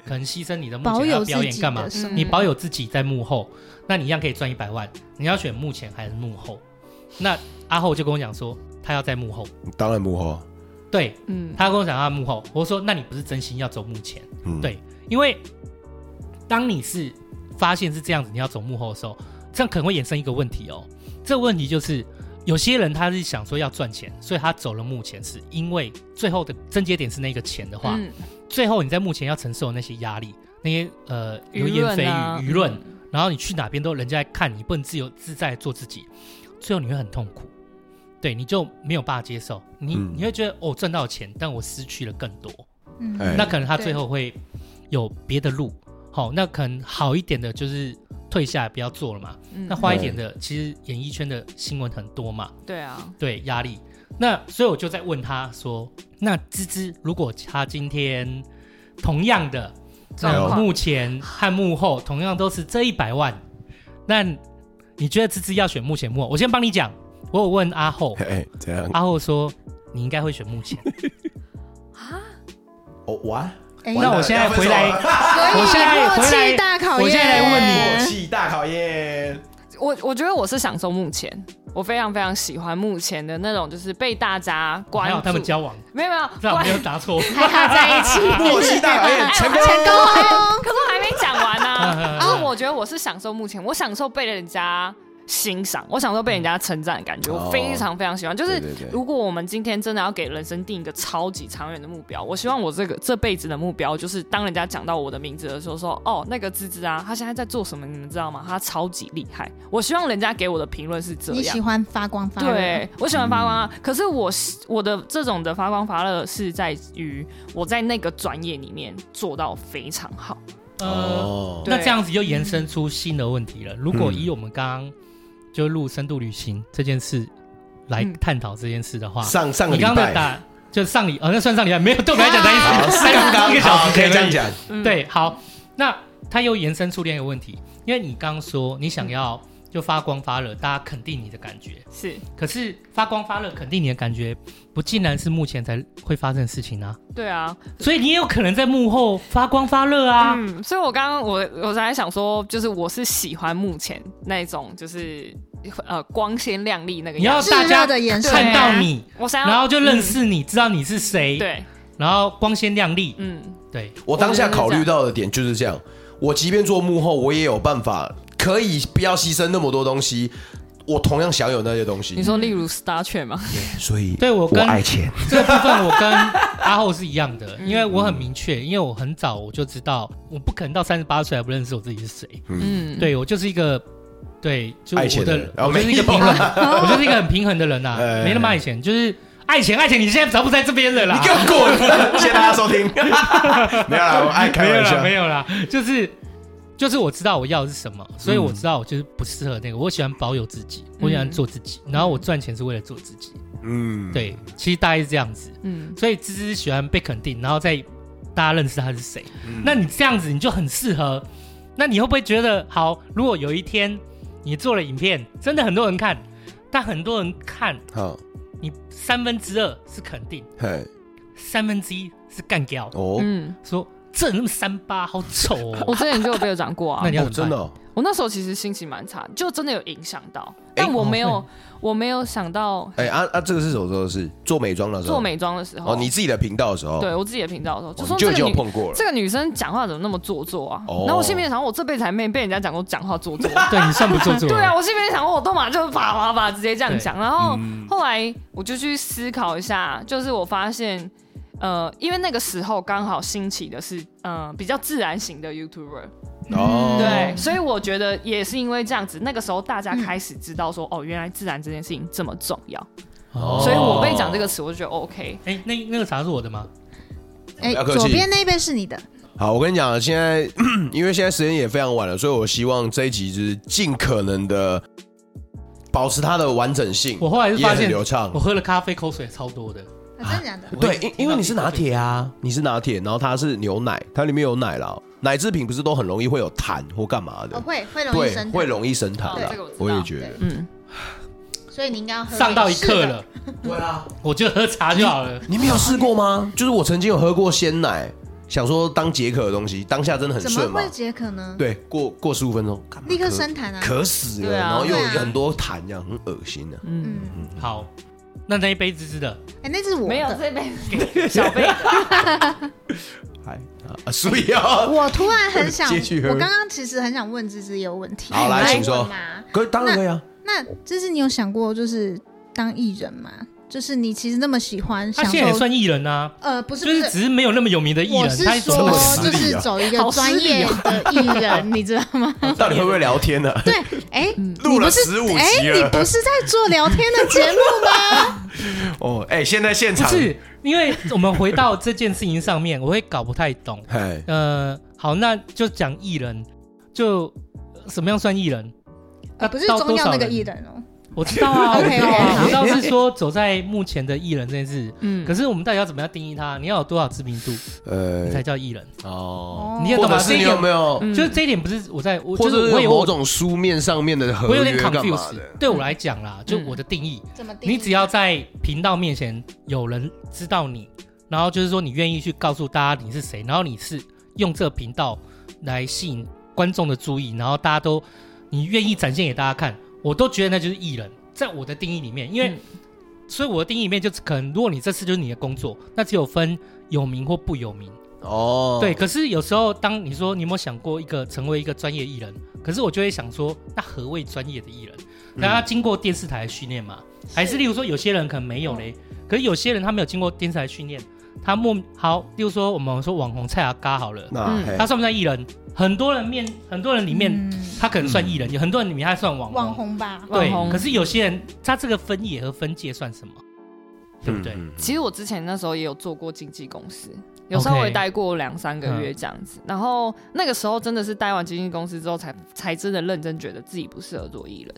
S2: 可能牺牲你的幕
S5: 保
S2: 前要
S5: 有自
S2: 表演
S5: 己
S2: 干嘛
S5: 的？生
S4: 嗯
S2: 你保有自己在幕后，那你一样可以赚一百万。你要选幕前还是幕后？那阿厚就跟我讲说，他要在幕后。
S1: 当然幕后，
S2: 对
S4: 嗯，
S2: 他跟我讲他幕后，我说那你不是真心要走幕前，
S1: 嗯，
S2: 对因为当你是发现是这样子，你要走幕后的时候，这样可能会衍生一个问题哦。这个问题就是有些人他是想说要赚钱，所以他走了幕前，是因为最后的症结点是那个钱的话，
S4: 嗯
S2: 最后你在幕前要承受的那些压力，那些呃流
S4: 舆
S2: 言蜚
S4: 论啊
S2: 语、舆论，然后你去哪边都人家在看你，不能自由自在地做自己，最后你会很痛苦，对，你就没有办法接受，你、
S1: 嗯
S2: 你会觉得哦赚到钱，但我失去了更多，
S1: 哎
S3: 嗯，
S2: 那可能他最后会有别的路，好、那可能好一点的就是退下来不要做了嘛，
S4: 嗯
S2: 那坏一点的其实演艺圈的新闻很多嘛，
S4: 对啊，
S2: 对压力。那所以我就在问他说：“那芝芝，如果他今天同样的，
S4: 状
S2: 那
S1: 况
S2: 幕前和幕后同样都是这一百万，那你觉得芝芝要选幕前幕后？我先帮你讲，我有问 阿后，
S1: 嘿，怎样？
S2: 阿后说你应该会选幕前。
S1: 哦，哇，
S3: 哎
S1: 完
S2: 那
S1: 了
S2: 我现在回
S1: 要分手
S2: 来，
S3: 所
S2: 我现在
S3: 以默
S2: 回来
S3: 契大考验，
S2: 我现在来问你
S1: 默契大考验，
S4: 我我觉得我是享受目前，我非常非常喜欢目前的那种，就是被大家 关
S2: 还
S4: 注
S2: 有，他们交往，
S4: 没有没有
S2: 这样我
S4: 关
S2: 没有答错。
S3: 还好在 一起，
S1: 默契大考 验成功。
S3: 成功哦！
S4: 可是我还没讲完呢、
S2: 嗯嗯嗯
S4: 然后我觉得我是享受目前，我享受被人家欣赏，我享受被人家称赞的感觉，
S1: 哦
S4: 我非常非常喜欢。就
S1: 对
S4: 是
S1: 对对
S4: 如果我们今天真的要给人生定一个超级长远的目标，我希望我这个这辈子的目标就是，当人家讲到我的名字的时候说，哦，那个芝芝啊，她现在在做什么，你们知道吗？她超级厉害。我希望人家给我的评论是这
S3: 你
S4: 样
S3: 喜。欢发光发热，
S4: 对，我喜欢发光啊。可是我是我的这种的发光发热是在于我在那个专业里面做到非常好。
S2: 呃，
S1: 哦，嗯
S2: 那
S4: 对
S2: 这样子就延伸出新的问题了。如果以我们刚刚就录深度旅行这件事来
S4: 嗯
S2: 探讨这件事的话，
S1: 上上个
S2: 你
S1: 礼
S2: 刚刚的
S1: 拜，
S2: 打就上礼，哦，那算上礼拜没有，对我们来讲单
S1: 好，
S2: 一次，
S1: 是刚刚
S2: 一个小时
S1: 好可以
S2: 前
S1: 这样
S2: 而已。
S1: 讲，
S4: 嗯
S2: 对，好，那它又延伸出另一个问题，因为你刚刚说你想要就发光发热，大家肯定你的感觉，
S4: 是
S2: 可是发光发热肯定你的感觉，不竟然是目前才会发生的事情啊，
S4: 对啊，
S2: 所以你也有可能在幕后发光发热啊。
S4: 嗯，所以我刚刚我我才想说，就是我是喜欢目前那种就是呃光鲜亮丽那个
S2: 你
S4: 样
S2: 要
S4: 子，
S2: 大
S3: 炙热
S2: 家
S3: 的眼神
S2: 看到你，
S4: 我想要，
S2: 然后就认识你，知道你是谁，
S4: 嗯、，对，
S2: 然后光鲜亮丽，
S4: 嗯，
S2: 对，
S1: 我当下考虑到的点就是这样，我即便做幕后，我也有办法，可以不要牺牲那么多东西。我同样享有那些东西
S4: 你，说例如 Star 券吗？
S1: 所以
S2: 对我
S1: 我
S2: 跟
S1: 爱 钱。
S2: 这部分我跟阿后是一样的，
S4: 嗯
S2: 因为我很明确，因为我很早我就知道，我不可能到三十八岁还不认识我自己是谁。
S4: 嗯，
S2: 对我就是一个，对，就
S1: 爱钱
S2: 我
S1: 的
S2: 的
S1: 人，哦
S2: 我就是一个
S1: 没有
S2: 平 衡，我就是一个很平衡的人呐、
S1: 哎
S2: 没那么爱钱，就是爱钱爱钱，你现在只要不在这边了啦
S1: 你给，我滚！谢谢大家收听。 没有啦，我爱开
S2: 没有
S1: 玩
S2: 啦，没
S1: 笑。
S2: 有啦，就是就是我知道我要的是什么，所以
S1: 嗯
S2: 我知道我就是不适合那个，我喜欢保有自己，我喜欢做自己，然后我赚钱是为了做自己，
S1: 嗯，
S2: 对，其实大概是这样子，
S4: 嗯，
S2: 所以芝芝喜欢被肯定，然后再大家认识他是谁。
S1: 嗯，
S2: 那你这样子你就很适合。那你会不会觉得好？如果有一天你做了影片，真的很多人看，但很多人看
S1: 好，
S2: 你三分之二是肯定，
S1: 嘿，
S2: 三分之一是干掉，
S1: 哦，
S4: 嗯，
S2: 说这人那么三八，好丑
S4: 我
S2: 哦。
S4: 之前就有被我讲过 啊
S2: 那，你
S1: 哦，
S2: 要怎
S1: 真
S2: 么
S1: 的
S2: 办？
S1: 哦，
S4: 我那时候其实心情蛮差，就真的有影响到，
S1: 哎
S4: 但我没有
S2: 哦，
S4: 我没有想到
S1: 哎啊啊，这个是什么时候的事？做美妆的时候，
S4: 做美妆的时候，
S1: 哦，你自己的频道的时候，
S4: 对
S1: 哦，
S4: 我自己的频道的时候，就
S1: 你
S4: 说
S1: 就
S4: 这
S1: 已经有
S4: 个女
S1: 碰过了
S4: 这。个女生讲话怎么那么做作啊？
S1: 哦
S4: 然后我心里面想，我这辈子还没被人家讲过讲话做作。啊
S2: 对你算不做作。
S4: 对啊，，我心里面想，我都马就啪啪啪直接这样
S2: 对嗯
S4: 讲。然后
S1: 嗯
S4: 后来我就去思考一下，就是我发现，呃，因为那个时候刚好兴起的是，呃，比较自然型的 YouTuber，
S1: 哦，
S4: 嗯对，所以我觉得也是因为这样子，那个时候大家开始知
S2: 嗯
S4: 道说，哦，原来自然这件事情这么重要，
S1: 哦
S4: 所以我被讲这个词，我就觉得哦 OK。
S2: 哎、那那个茶是我的吗？
S1: 不
S3: 哎
S1: 要，客气
S3: 左边那一杯是你的，
S2: 啊
S1: 好，我跟你讲，现在 因为现在时间也非常晚了，所以我希望这一集就是尽可能的保持它的完整性，
S2: 我后来就
S1: 也
S2: 发
S1: 很
S2: 现，
S1: 流畅
S2: 我。喝了咖啡，口水超多的。
S3: 啊真的假的？
S2: 我
S1: 对
S2: 会，
S1: 因因为你是拿铁啊，你是拿铁，然后它是牛奶，它里面有奶啦，奶制品不是都很容易会有痰或干嘛
S3: 哦，
S1: 的？
S3: 会会容易
S1: 对，
S3: 生
S1: 会
S3: 痰，
S1: 容易生痰
S4: 哦
S1: 啦
S4: 这个我知道。
S1: 我也觉得
S3: 对，
S4: 嗯，
S3: 所以你应该要喝
S2: 上到一刻
S3: 是的
S2: 了，
S1: 对啊，
S2: 我就喝茶就好了。
S1: 你没有试过吗？就是我曾经有喝过鲜奶，想说当解渴的东西，当下真的很
S3: 怎
S1: 顺
S3: 么
S1: 嘛
S3: 会。解渴呢？
S1: 对，过过十五分钟，干嘛
S3: 立刻
S1: 渴
S3: 生痰啊！
S1: 渴死了，
S4: 对啊
S1: 然后又有
S3: 对啊
S1: 很多痰，这样很恶心啊的。
S3: 嗯，
S2: 好，那那一杯芝芝的，
S3: 哎，那是我
S4: 没有
S3: 的。
S4: 这辈子小 辈子，
S1: 嗨啊， 所以啊，
S3: 我突然很想，
S1: 接续喝
S3: 我刚刚其实很想问芝芝有问题，
S1: 好来
S3: 你
S1: 请说
S3: 问嘛
S1: 可当然可以啊，
S3: 那芝芝，你有想过就是当艺人吗？就是你其实那么喜欢，
S2: 他
S3: 享
S2: 现在也
S3: 受
S2: 算艺人啊，
S3: 呃，不是
S2: 就
S3: 不
S2: 是只是没有那么有名的哎艺
S3: 我
S2: 人，
S3: 是
S2: 他
S1: 这么
S3: 说
S1: 失，啊
S3: 就
S1: 礼
S3: 是
S1: 啊
S3: 走一个
S4: 好失
S3: 专业
S4: 礼
S3: 的艺人，你知道吗？
S1: 到底会不会聊天呢？
S3: 对，哎，
S1: 录
S3: 你
S1: 了
S3: 不是
S1: 15
S3: 哎，
S1: 集了
S3: 你不是在做聊天的 节目吗？
S1: 哦，哎，现在现
S2: 不
S1: 场
S2: 是，因为我们回到这件事情上面，我会搞不太懂。
S1: 哎，
S2: 呃，好，那就讲艺人，就呃什么样算艺人？
S3: 呃不是
S2: 到
S3: 中
S2: 多
S3: 药
S2: 少
S3: 那个
S2: 人
S3: 艺人哦，
S2: 我知道 啊，我
S3: OK，
S2: 知道啊，
S3: 好
S2: 我知道是说走在幕前的艺人这件事。
S4: 嗯
S2: 可，是我们到底要怎么样定义他？你要有多少知名度你才
S1: 呃，
S2: 叫艺人？
S1: 哦，
S2: 你也
S1: 或
S2: 懂
S1: 者
S2: 吗？
S1: 是
S2: 这一
S1: 你
S2: 点
S1: 有，没有，
S4: 嗯
S2: 哦就是这一点不是我在，我
S1: 或
S2: 就是
S1: 者
S2: 我
S1: 是
S2: 有
S1: 某种书面上面的
S2: 我
S1: 合
S2: 有点
S1: 约干嘛
S2: confuse
S1: 的？。
S2: 对我来讲啦，
S3: 嗯
S2: 就我的定义，
S3: 怎么定义？
S2: 你只要在频道面前有人知道你，然后就是说你愿意去告诉大家你是谁，然后你是用这个频道来吸引观众的注意，然后大家都你愿意展现给大家看，我都觉得那就是艺人，在我的定义里面，因为、
S4: 嗯
S2: 所以我的定义里面就是可能如果你这次就是你的工作，那只有分有名或不有名。
S1: 哦，
S2: 对，，可是有时候当你说你有没有想过一个成为一个专业艺人，可是我就会想说，那何谓专业的艺人？
S1: 嗯
S2: 那他经过电视台的训练嘛？还是例如说有些人可能没有嘞，可是有些人他没有经过电视台训练，他莫好，例如说我们说网红蔡阿嘎好了，
S1: 那
S4: 嗯
S1: 嘿
S2: 他算不算艺人？很多人面很多人里面、
S3: 嗯
S2: 他可能算艺人，有很多人里面他算网红。
S3: 网红吧？
S2: 对
S4: 网，红
S2: 可是有些人他这个分野和分界算什么？对不对？
S1: 嗯嗯
S4: 其实我之前那时候也有做过经纪公司，有稍微
S2: OK 嗯
S4: 待过两三个月这样子。然后那个时候真的是待完经纪公司之后才，才真的认真觉得自己不适合做艺人。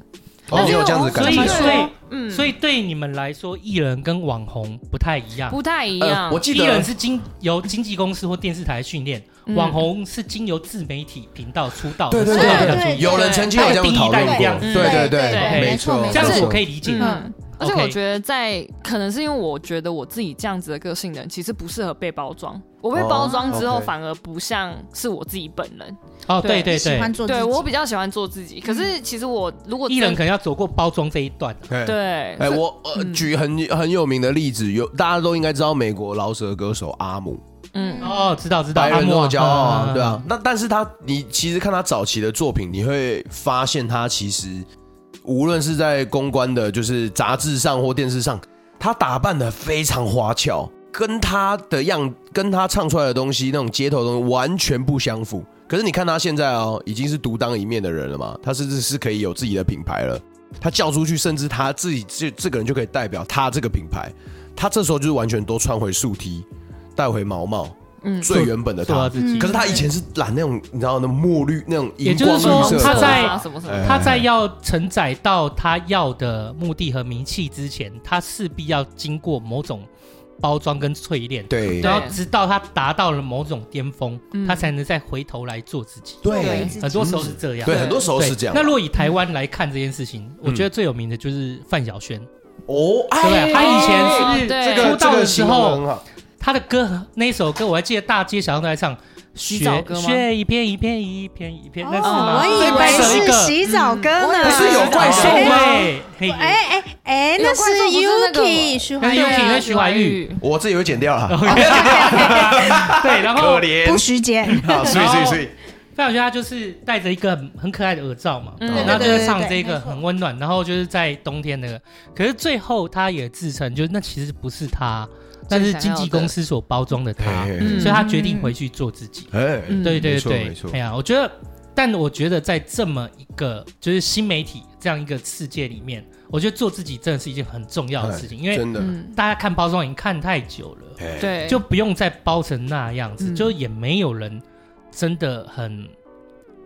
S1: 哦，你有这样子的
S2: 所
S1: 感
S2: 以
S1: 觉
S4: 对。
S2: 所以
S4: 嗯
S2: 所以对你们来说，艺人跟网红不太一样。
S4: 不太一
S1: 呃
S4: 样。
S1: 我记
S2: 艺人
S1: 得
S2: 是经由经纪公司或电视台训练，
S4: 嗯
S2: 网红是经由自媒体频道出道
S1: 对
S2: 的，
S1: 对
S2: 受到
S1: 对
S2: 关注
S3: 对
S1: 有人曾经有这样子讨论过，
S2: 对嗯对
S1: 对
S4: 对
S1: 对
S3: 对
S1: 对，
S4: 对
S1: 哦没
S3: 没错
S1: 错，
S3: 没错
S2: 这样子我可
S1: 以
S2: 以理解。
S4: 嗯，而且
S2: OK
S4: 我觉得在可能是因为我觉得我自己这样子的个性的人，其实不适合被包装。我被包装之
S1: 哦
S4: 后，
S1: ，OK
S4: 反而不像是我自己本人。
S2: 哦，对对
S4: 对
S3: 喜欢
S2: 对，
S3: 做自己
S4: 对我比较喜欢做自己，可是其实我如果
S2: 嗯艺人
S4: 真
S2: 可能要走过包装这一段。
S1: 对
S4: 对，
S1: 哎，
S4: 所以
S1: 我呃
S2: 嗯
S1: 举很很有名的例子，有大家都应该知道美国饶舌歌手阿姆，
S4: 嗯
S2: 哦，知道知道，
S1: 白人
S2: 阿
S1: 都
S2: 莫
S1: 有骄傲啊，
S2: 嗯
S1: 对啊。那但是他，你其实看他早期的作品，你会发现他其实无论是在公关的，就是杂志上或电视上，她打扮的非常花俏，跟她的样，跟她唱出来的东西那种街头的东西完全不相符。可是你看她现在哦，已经是独当一面的人了嘛，她甚至是可以有自己的品牌了。她叫出去，甚至她自己这这个人就可以代表她这个品牌。她这时候就是完全都穿回素 T，戴回毛帽，
S4: 嗯
S1: 最原本的
S2: 做
S1: 她
S2: 到。自己。
S1: 可是她以前是染那种你知道那墨绿那种
S2: 也
S1: 荧
S2: 就是
S1: 光绿色
S2: 说
S1: 的，
S2: 她在
S4: 啊什么什
S1: 哎
S4: 么，
S2: 他在要承载到他要的目的和名气之前，他势必要经过某种包装跟淬炼，
S1: 对
S2: 然后直到他达到了某种巅峰，
S4: 嗯
S2: 他才能再回头来做自己。
S1: 对
S3: 对
S2: 很多时候是这样。
S1: 对，
S4: 对
S1: 很多时候
S2: 对
S1: 是这样。
S2: 那如果以台湾来看这件事情，我觉得最有名的就是范晓萱，
S1: 哦，
S2: 对不
S1: 哎，
S2: 对？她以前是
S4: 对
S2: 不是
S4: 这个
S2: 出道的时
S1: 这个形容得
S2: 候，
S1: 很好
S2: 她的歌那首歌我还记得大街小巷都在唱。
S4: 洗
S2: 雪
S4: 澡歌吗
S2: 雪一片一片一片一片，那是
S3: 哦
S2: 吗？
S3: 我
S2: 对带着
S3: 以
S2: 一
S3: 为
S2: 个嗯
S3: 是洗澡歌呢，
S4: 不
S1: 是有怪兽吗
S2: 哎嘿
S3: 哎哎哎，那是
S4: 有怪兽不是那个
S3: Yuki 徐怀
S4: 啊
S2: 那哎 Yuki
S3: 钰，
S2: 跟徐怀钰，
S1: 我这里会剪掉了，
S3: 哎
S2: 对， 然后
S1: 可
S2: 范
S1: 怜啊
S3: 不。许姐，
S1: 好，所以所以所以，
S2: 晓萱她就是戴着一个很很可爱的耳罩嘛，
S4: 嗯
S2: 然后就
S3: 对对
S2: 是
S3: 对
S2: 唱
S3: 对
S2: 这
S3: 没
S2: 个
S3: 错
S2: 很温暖，然后就是在冬天那个，可是最后她也自称，就是那其实不是她，
S4: 最
S2: 但是
S4: 想
S2: 经纪
S4: 要的
S2: 公司所包装的她，
S1: 哎
S4: 嗯
S2: 所以她决定回去做自己。
S1: 哎，
S4: 嗯
S2: 对对
S1: 没错
S2: 对，
S1: 没错
S2: 哎呀，我觉得，但我觉得在这么一个就是新媒体这样一个世界里面，我觉得做自己真的是一件很重要的事情，因为
S1: 真的，
S4: 嗯，
S2: 大家看包装已经看太久了。
S1: 哎，
S4: 对，
S2: 就不用再包成那样子，
S4: 嗯
S2: 就也没有人真的很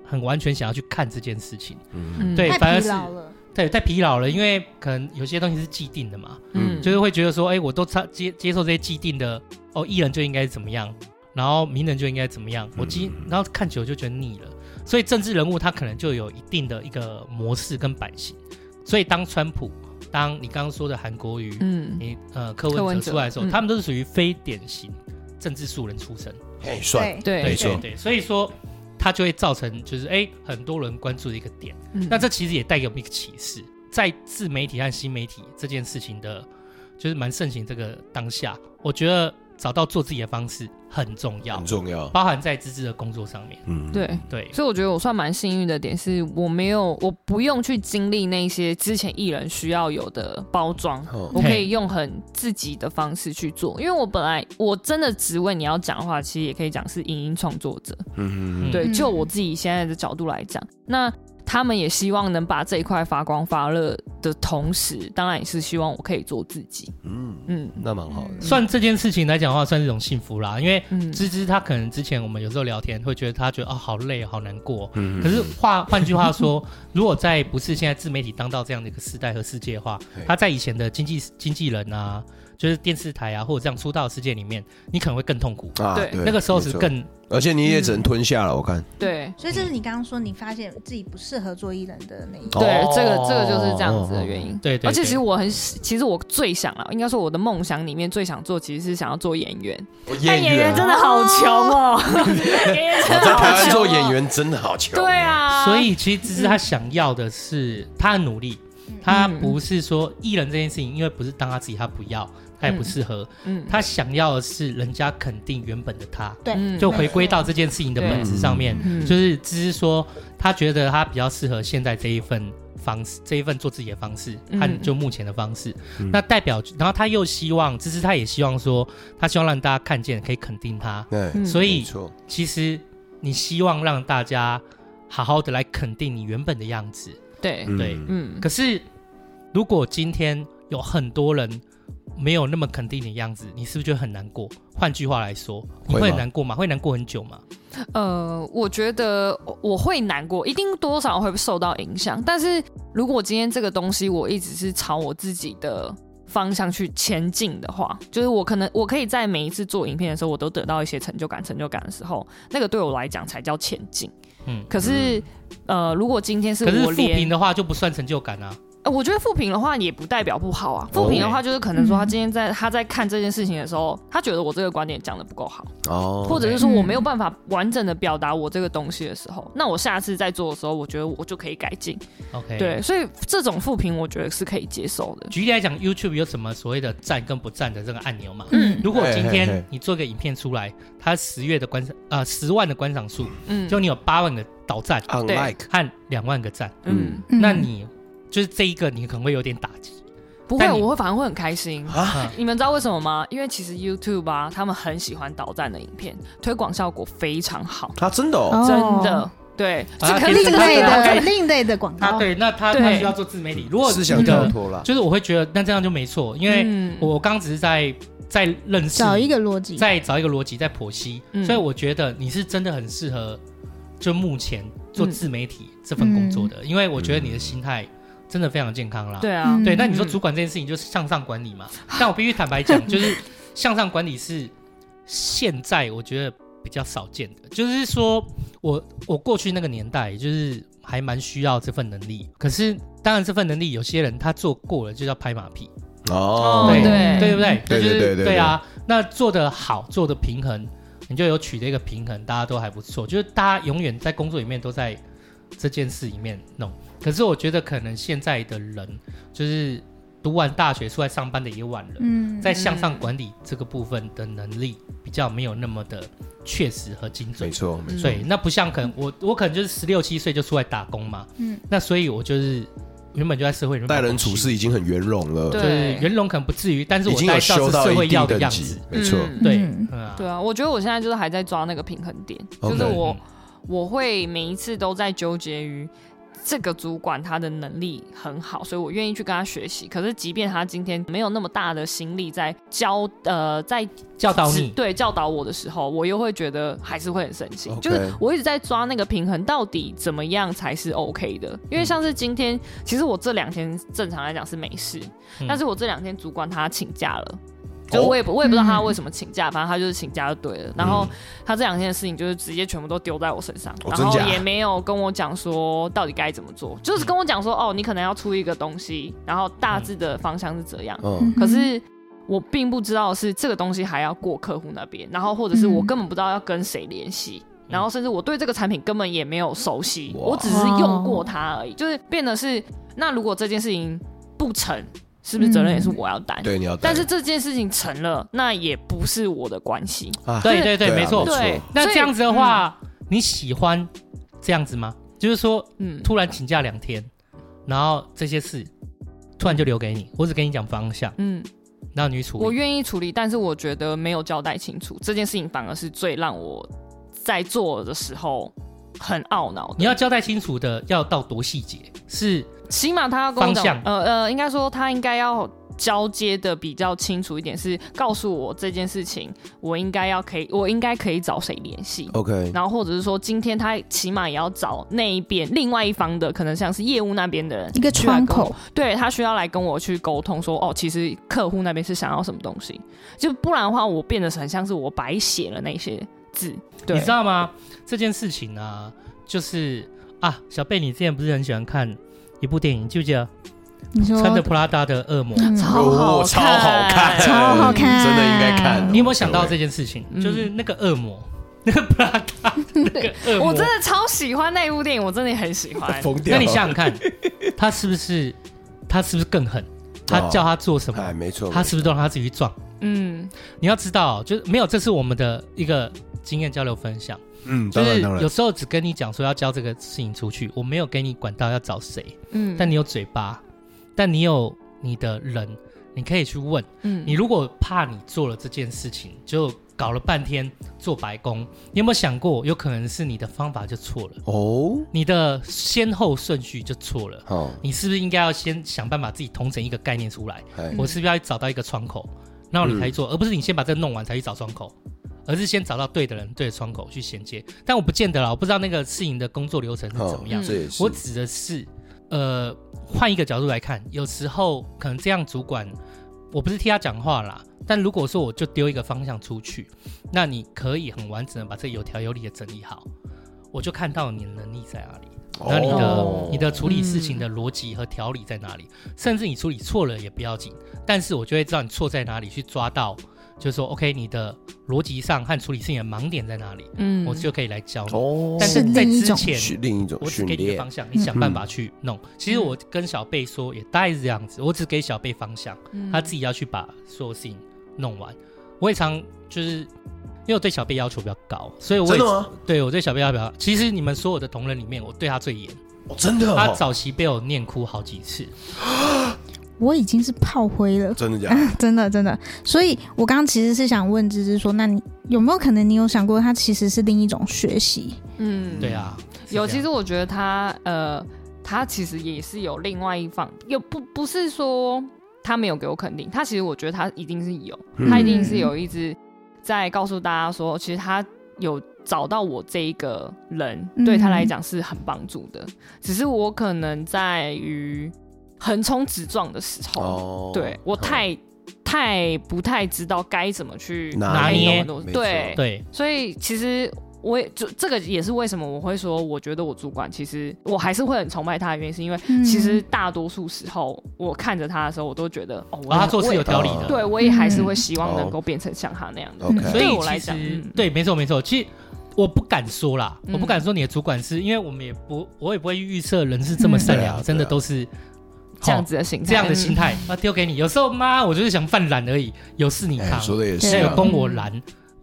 S2: 很完全想要去看这件事情。
S1: 嗯
S4: 嗯
S2: 对
S3: 太
S2: 反而
S3: 疲
S2: 是
S3: 劳了，
S2: 对，太疲劳了，因为可能有些东西是既定的嘛，
S1: 嗯
S2: 就是会觉得说，哎、我都差接接受这些既定的，哦，艺人就应该怎么样，然后名人就应该怎么样，我今、
S1: 嗯
S2: 然后看久了就觉得腻了，所以政治人物他可能就有一定的一个模式跟版型，所以当川普，当你刚刚说的韩国瑜，
S4: 嗯
S2: 你呃柯
S4: 柯
S2: 文
S4: 文
S2: 哲
S4: 哲
S2: 出来的时候，
S4: 嗯
S2: 他们都是属于非典型政治素人出身。
S1: 哎，算，
S3: 对，
S4: 对，
S1: 没
S2: 对
S1: 错
S2: 对，所以说它就会造成就是哎、很多人关注的一个点。
S4: 嗯
S2: 那这其实也带给我们一个启示，在自媒体和新媒体这件事情的，就是蛮盛行这个当下，我觉得找到做自己的方式很重要
S1: 很，重要，
S2: 包含在自制的工作上面。
S1: 嗯，
S4: 对。
S2: 对，
S4: 所以我觉得我算蛮幸运的点是，我没有，我不用去经历那些之前艺人需要有的包装，
S1: 哦
S4: 我可以用很自己的方式去做。因为我本来我真的职位你要讲的话，其实也可以讲是影音创作者。
S1: 嗯，嗯，
S4: 对，
S3: 嗯
S4: 就我自己现在的角度来讲，那他们也希望能把这一块发光发热的同时，当然也是希望我可以做自己。
S1: 嗯，
S4: 嗯
S1: 那蛮好的，
S2: 算这件事情来讲的话，算是一种幸福啦，因为。
S4: 嗯，
S2: 芝芝她可能之前我们有时候聊天会觉得她觉得哦好累好难过，
S1: 嗯
S2: 可是话换句话说，如果在不是现在自媒体当道这样的一个时代和世界的话
S1: 对，
S2: 他在以前的经济经纪人啊，就是电视台啊或者这样出道的世界里面，你可能会更痛苦。
S1: 啊
S4: 对
S2: 那个时候是，
S1: 没错
S2: 更嗯
S1: 而且你也只能吞下了，我看，
S4: 对。
S3: 所以这是你刚刚说你发现自己不适合做艺人的那一
S1: 哦
S3: 种，
S4: 对，这个这个就是这样子的原因。
S2: 对对对
S4: 而且其实我很，其实我最想啊，应该说我的梦想里面最想做，其实是想要做哎演员。
S1: 哦
S4: 但
S1: 演员
S4: 真的好穷哦，
S1: 我在
S4: 演员真的好
S1: 台湾
S4: 穷
S1: 做
S4: 哦
S1: 演。员真的好强，
S4: 对，啊，
S2: 所以其实只是他想要的是他很努力，他
S4: 嗯
S2: 不是说艺人这件事情，因为不是当他自己，他不要，他也不适合，
S4: 嗯，
S2: 他想要的是人家肯定原本的他。
S3: 对，
S4: 嗯
S2: 就回归到这件事情的本质上面，
S4: 嗯
S2: 就是只是说他觉得他比较适合现在这一份方式，这一份做自己的方式
S4: 嗯
S2: 和就目前的方式。那代表，然后他又希望，只是他也希望说，他希望让大家看见，可以肯定他。
S1: 哎，
S4: 嗯
S2: 所
S1: 没
S2: 以
S1: 错，
S2: 其实你希望让大家好好的来肯定你原本的样子，
S4: 对，
S2: 对
S1: 嗯，
S4: 嗯，
S2: 可是如果今天有很多人。没有那么肯定你的样子，你是不是就很难过？换句话来说，你
S1: 会
S2: 会
S1: 吗
S2: 很难过吗？会难过很久吗？
S4: 呃，我觉得我会难过，一定多少会受到影响。但是如果今天这个东西我一直是朝我自己的方向去前进的话，就是我可能我可以在每一次做影片的时候，我都得到一些成就感，成就感的时候，那个对我来讲才叫前进。
S2: 嗯
S4: 嗯，可是、呃，如果今天是
S2: 可是
S4: 我
S2: 负评
S4: 连、
S2: 的话就不算成就感啊。
S4: 呃我觉得复评的话也不代表不好啊。复评的话就是可能说他今天在、他在看这件事情的时候，他觉得我这个观点讲的不够好。
S1: 哦，
S4: 或者是说我没有办法完整的表达我这个东西的时候，那我下次再做的时候，我觉得我就可以改进。
S2: OK，
S4: 对，。所以这种负评我觉得是可以接受的。
S2: 举例来讲，YouTube 有什么所谓的赞跟不赞的这个按钮嘛？
S4: 嗯
S2: 如果今
S1: 嘿嘿
S2: 天
S1: 嘿
S2: 你做个影片出来，它十月的观赏呃十万的观赏数，
S4: 嗯
S2: 就你有八万个导赞
S1: ，unlike，
S2: 和两万个赞，
S1: 嗯
S4: 嗯
S3: 嗯
S2: 那你就是这一个你可能会有点打击。嗯
S4: 不会，
S2: 但你
S4: 我会反而会很开心。
S1: 啊，
S4: 你们知道为什么吗？因为其实 YouTube 啊，他们很喜欢导弹的影片，推广效果非常好，
S1: 他真的哦，
S3: 哦
S4: 真的。对，
S2: 啊
S4: 这
S2: 可
S4: 可
S2: 是
S4: 是
S3: 另
S2: 他
S3: 类
S2: 他
S3: 的另类的广
S2: 他
S3: 告，
S2: 对，那他他
S4: 对
S2: 需要做自媒体。如果
S1: 思想
S2: 你
S1: 跳
S2: 的
S1: 脱了，
S2: 就是我会觉得，那这样就没错，因为
S4: 嗯
S2: 我刚只是在在认识
S3: 找一
S2: 个，
S3: 个逻辑，
S2: 在找一个逻辑，在剖析，
S4: 嗯
S2: 所以我觉得你是真的很适合，就目前做自媒体这份工作
S1: 嗯
S2: 的，因为我觉得你的心态真的非常健康啦。
S4: 对啊，
S2: 对，
S3: 嗯
S2: 那你说主管这件事情就是向上管理嘛？但我必须坦白讲， 就是向上管理是现在我觉得比较少见的。就是说我我过去那个年代，就是还蛮需要这份能力。可是当然，这份能力有些人他做过了就叫拍马屁，
S1: 哦，
S2: 嗯对
S4: 对
S2: 对不对？
S1: 对
S2: 就是
S1: 对对对
S2: 对啊。那做的好，做的平衡，你就有取得一个平衡，大家都还不错。就是大家永远在工作里面都在这件事里面弄。可是我觉得可能现在的人，就是读完大学出来上班的也晚了，
S3: 嗯，
S2: 在向上管理这个部分的能力比较没有那么的确实和精准
S1: 没。错，
S4: 嗯
S1: 没错。
S2: 对，那不像可能我我可能就是十六七岁就出来打工嘛，
S3: 嗯
S2: 那所以我就是原本就在社会里面
S1: 待人处事已经很圆融了，
S4: 对
S2: 对，袁龙可能不至于，但是
S1: 已
S2: 我
S1: 经
S2: 带
S1: 有
S2: 到
S1: 修
S2: 是
S1: 到
S2: 社
S1: 一
S2: 会要
S1: 定
S2: 的
S1: 等
S2: 样
S1: 级
S2: 子，，
S1: 没错。
S4: 嗯
S2: 对，
S3: 嗯
S2: 嗯啊
S4: 对啊，我觉得我现在就是还在抓那个平衡点，就是
S1: OK
S4: 我我会每一次都在纠结于这个主管他的能力很好，所以我愿意去跟他学习。可是即便他今天没有那么大的心力在教呃在
S2: 教导
S4: 指
S2: 你，
S4: 对教导我的时候，我又会觉得还是会很生气。
S1: OK
S4: 就是我一直在抓那个平衡，到底怎么样才是 OK 的？
S2: 嗯
S4: 因为像是今天，其实我这两天正常来讲是没事，
S2: 嗯哦
S4: 但是我这两天主管他请假了。就我也不我也不知道
S2: 嗯
S4: 他为什么请假，反正他就是请假就对了。然后他这两天的事情就是直接全部都丢在我身上，
S1: 哦
S4: 然
S1: 真
S4: 后
S1: 假
S4: 也没有跟我讲说到底该怎么做，就是跟我讲说哦，你可能要出一个东西，然后大
S2: 嗯
S4: 致的方向是这样。
S2: 哦
S1: 嗯，
S4: 可是我并不知道是这个东西还要过客户那边，然后或者是我
S3: 嗯
S4: 根本不知道要跟谁联系。然后甚至我对这个产品根本也没有熟悉，
S1: 哇
S4: 我只是用过它而已，就是变得是那如果这件事情不成，是不是责任也是我要担？
S1: 对，你要带。
S4: 嗯但是这件事情成了，那也不是我的关系。
S1: 啊，
S2: 对对对，
S1: 对啊
S2: 没错
S1: 没。错
S4: 对，
S2: 那
S4: 所以
S2: 这样子的，话，你喜欢这样子吗？就是说，
S4: 嗯，
S2: 突然请假两天，然后这些事突然就留给你，我只跟你讲方向，
S4: 嗯，
S2: 然后你去处
S4: 我
S2: 理。
S4: 愿意处理，但是我觉得没有交代清楚这件事情，反而是最让我在做的时候很懊恼的。
S2: 你要交代清楚的，要到多细节？是
S4: 起码他要跟我
S2: 方
S4: 讲
S2: 向，
S4: 呃呃，应该说他应该要交接的比较清楚一点，是告诉我这件事情，我应该要可以，我应该可以找谁联系。
S1: OK，
S4: 然后或者是说，今天他起码也要找那一边另外一方的，可能像是业务那边的人
S3: 一个
S4: 需要
S3: 窗
S4: 跟我
S3: 口，
S4: 对他需要来跟我去沟通说，哦，其实客户那边是想要什么东西，就不然的话，我变得很像是我白写了那些字，对
S2: 你知道吗？这件事情啊，就是啊，小贝，你之前不是很喜欢看一部电影，记不记得？
S3: 你
S4: 啊
S3: 说
S2: 穿着 Prada 的恶魔。
S3: 嗯
S4: 超好
S1: 哦超好看，
S3: 超好看
S1: 真的应该看。。
S2: 你有没有想到这件事情？
S4: 嗯
S2: 就是那个恶魔，那个 Prada 那个恶魔。
S4: 我真的超喜欢那一部电影，我真的很喜欢
S1: 哎疯掉？
S2: 那你想想看，他是不是他是不是更狠？他叫他做什么，
S1: 哎，没错，
S2: 他是不是都让他自己去撞？
S4: 嗯，
S2: 你要知道，就是没有，这是我们的一个经验交流分享。
S1: 嗯，
S2: 就
S1: 当
S2: 是
S1: 然当然
S2: 有，时候只跟你讲说要交这个事情出去，我没有给你管道要找谁，
S4: 嗯
S2: 但你有嘴巴，但你有你的人，你可以去问。
S4: 嗯
S2: 你如果怕你做了这件事情，就搞了半天做白工，你有没有想过，有可能是你的方法就错了，
S1: 哦，
S2: 你的先后顺序就错了。
S1: 好，
S2: 你是不是应该要先想办法自己统整一个概念出来？
S1: 哎
S2: 我是不是要找到一个窗口，然后你才去做，而不是你先把这个弄完才去找窗口，而是先找到对的人、对的窗口去衔接。但我不见得啦，我不知道那个事情的工作流程是怎么样
S1: 好。这也是
S2: 我指的是，呃，换一个角度来看，有时候可能这样主管，我不是替他讲话啦，但如果说我就丢一个方向出去，那你可以很完整的把这有条有理的整理好，我就看到你的能力在哪里。然后你的、
S1: 哦
S2: 你的处理事
S3: 嗯
S2: 情的逻辑和条理在哪里？甚至你处理错了也不要紧，但是我就会知道你错在哪里，去抓到，就是说 OK，你的逻辑上和处理事情的盲点在哪里，
S4: 嗯
S2: 我就可以来教你。
S1: 哦，
S2: 但是
S3: 是
S2: 在
S3: 另一
S2: 之
S3: 种
S2: 前，
S1: 训另一种
S2: 我只
S1: 训
S2: 给你一个
S1: 练嗯
S2: 方向，你想办法去弄。其实我跟小贝说也大概是这样子，我只给小贝方向，
S4: 嗯
S2: 他自己要去把所有事情弄完。我也常就是因为我对小贝要求比较高，所以我
S1: 真
S2: 也
S1: 的吗？
S2: 对我对小贝要求比较，其实你们所有的同仁里面，我对他最严。
S1: 哦真的
S2: 他
S1: 哦，
S2: 早期被我念哭好几次，
S4: 嗯
S3: 我已经是炮灰了。
S1: 哦 真的假的？
S3: 真的真的，所以我刚刚其实是想问芝芝说，那你有没有可能你有想过，它其实是另一种学习？
S4: 嗯，
S2: 对啊，是
S4: 有，
S2: 这样
S4: 其实我觉得他呃，他其实也是有另外一方，又不不是说他没有给我肯定，他其实我觉得他一定是有，
S1: 嗯
S4: 他一定是有一直在告诉大家说，其实他有找到我这一个人，
S3: 嗯
S4: 对他来讲是很帮助的，只是我可能在于横冲直撞的时候，
S1: 哦
S4: 对我太。太不太知道该怎么去
S1: 拿
S2: 捏
S4: 那种
S1: 没错
S4: 对
S2: 对，
S4: 所以其实我也就这个也是为什么我会说，我觉得我主管其实我还是会很崇拜他的原因，是因为
S3: 嗯
S4: 其实大多数时候我看着他的时候，我都觉得哦，我
S2: 然后啊他
S4: 也
S2: 做事有条理的，
S4: 对我也还是会希望
S1: 哦
S4: 能够变成像他那样的。
S1: OK，
S2: 所
S4: 对
S2: 以
S4: 我来
S2: 其
S4: 讲
S2: 实
S4: 嗯
S2: 对，没错没错。其实我不敢说啦，
S4: 嗯
S2: 我不敢说你的主管是因为我们也不，我也不会预测人是这么善良，
S1: 嗯
S2: 真的
S1: 对啊
S2: 都是
S4: 这样
S2: 齁
S4: 子的心态，
S2: 这样的心态
S4: 嗯
S2: 啊丢给你。有时候妈，我就是想犯懒而已，有事你
S1: 哎
S2: 扛，
S1: 说的也是
S2: 现在有
S1: 啊，
S2: 供我懒，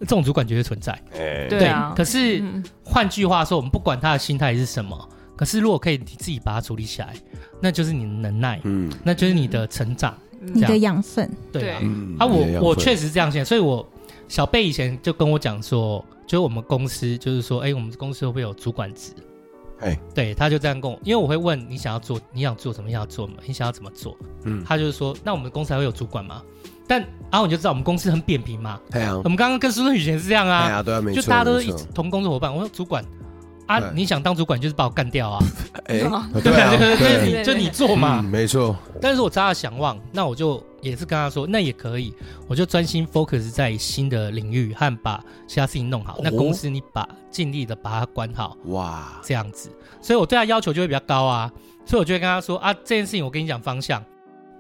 S2: 这种主管绝对存在。
S1: 哎
S4: 对啊
S2: 可是
S4: 嗯，嗯
S2: 换句话说，我们不管他的心态是什么，可是如果可以你自己把它处理起来，那就是你的能耐，
S1: 嗯
S2: 那就是你的成长，
S4: 嗯
S3: 你
S2: 这
S3: 的
S2: 样
S3: 嗯养分，
S2: 对啊
S4: 对。
S1: 嗯
S2: 啊，
S1: 也
S2: 我
S1: 要
S2: 我
S1: 分
S2: 确实这样想，所以我小贝以前就跟我讲说，就是我们公司就是说，哎、我们公司会不会有主管职？
S1: 哎
S2: 对，他就这样跟我，因为我会问你想要做，你想做什么，你想要做什么，你想要怎么做，
S1: 嗯，
S2: 他就是说，那我们公司还会有主管吗？但然后我就知道我们公司很扁平嘛，
S1: 太阳
S2: 我，们刚刚跟苏振宇以前是这样
S1: 哎
S2: 嗯啊，
S1: 呀，嗯对啊，没错，
S2: 就大家都
S1: 没
S2: 是一
S1: 错
S2: 同工作伙伴，我说主管。啊
S1: 对，
S2: 你想当主管就是把我干掉啊，
S1: 哎
S4: 是吗，
S1: 对啊，
S2: 对
S1: 对
S2: 对， 就是你就你做嘛
S1: 嗯，。没错，
S2: 但是我扎了想望，那我就也是跟他说，那也可以，我就专心 focus 在新的领域和把其他事情弄好。
S1: 哦
S2: 那公司你把尽力的把它管好，
S1: 哇，
S2: 这样子。所以我对他要求就会比较高啊，所以我就会跟他说啊，这件事情我跟你讲方向，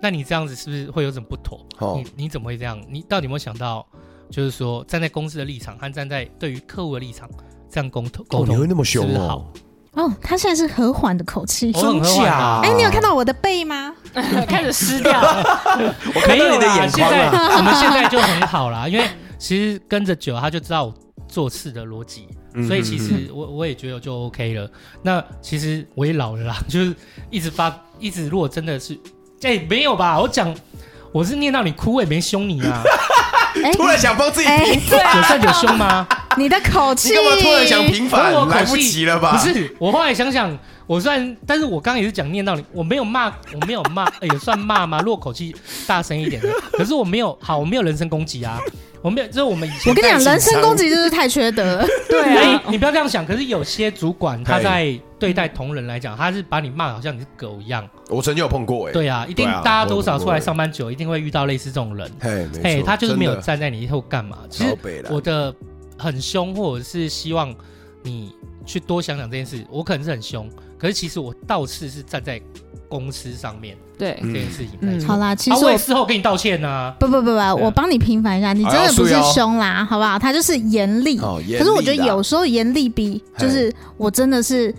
S2: 那你这样子是不是会有什么不妥？
S1: 好哦
S2: 你你怎么会这样？你到底有没有想到，就是说站在公司的立场和站在对于客户的立场这样沟通沟
S1: 哦，你
S2: 通？
S1: 会那么凶
S2: 是不是
S1: 哦？
S3: 哦，他现在是和缓的口气。
S2: 我很和缓啊
S3: 哎、你有看到我的背吗？
S4: 开始湿掉 了，
S1: 我看
S2: 没
S1: 到
S2: 有
S1: 你的
S2: 啦
S1: 眼
S2: 现
S1: 眶
S2: 在
S1: 了，
S2: 我们现在就很好啦， 因为其实跟着久，他就知道我做事的逻辑，
S1: 嗯
S2: 所以其实我我也觉得就 OK 了。那其实我也老了啦， 就是一直发，一直如果真的是，哎、没有吧？我讲我是念到你哭，我也没凶你 啊，
S3: 哎、
S1: 突然想帮自己
S3: 哎、
S1: 平，
S2: 有算有凶吗？
S3: 你的口气，
S1: 你干嘛突然想平
S2: 可是
S1: 反？
S2: 我口
S1: 来不
S2: 气
S1: 及了吧？
S2: 不，是，我后来想想，我算，但是我刚刚也是讲念到你，我没有骂，我没有骂， 哎也算骂吗？如果口气大声一点的，可是我没有，好，我没有人身攻击啊，我没有，就是我们以前
S3: 我跟你
S1: 太
S3: 讲，
S1: 紧张
S3: 人身攻击就是太缺 德了。
S4: 对
S2: 哎
S4: 啊，，
S2: 你不要这样想。可是有些主管他在对待同仁来讲，他是把你骂得好像你是狗一样。
S1: 我曾经有碰过哎，
S2: 对啊，一定
S1: 对啊
S2: 大家多少
S1: 我我
S2: 出来上班久，一定会遇到类似这种人。
S1: 嘿，没
S2: 哎，
S1: 错，
S2: 他就是没有
S1: 真的
S2: 站在你后干嘛？其
S1: 超
S2: 实
S1: 北了，
S2: 我的很凶，或者是希望你去多想想这件事。我可能是很凶，可是其实我倒是是站在公司上面
S4: 对
S2: 这
S1: 嗯
S2: 件事情来
S4: 嗯
S2: 做。
S3: 好啦，其
S2: 啊，
S3: 实
S2: 我
S3: 我
S2: 也事后跟你道歉啊呐。
S3: 不不不不，
S1: 啊
S3: 我帮你平反一下，你真
S1: 哎
S3: 的不是凶啦，好不好？他就是严厉，
S1: 哦，
S3: 可是我觉
S1: 严厉
S3: 得
S1: 啦
S3: 有时候严厉比
S1: 嘿
S3: 就是我真的是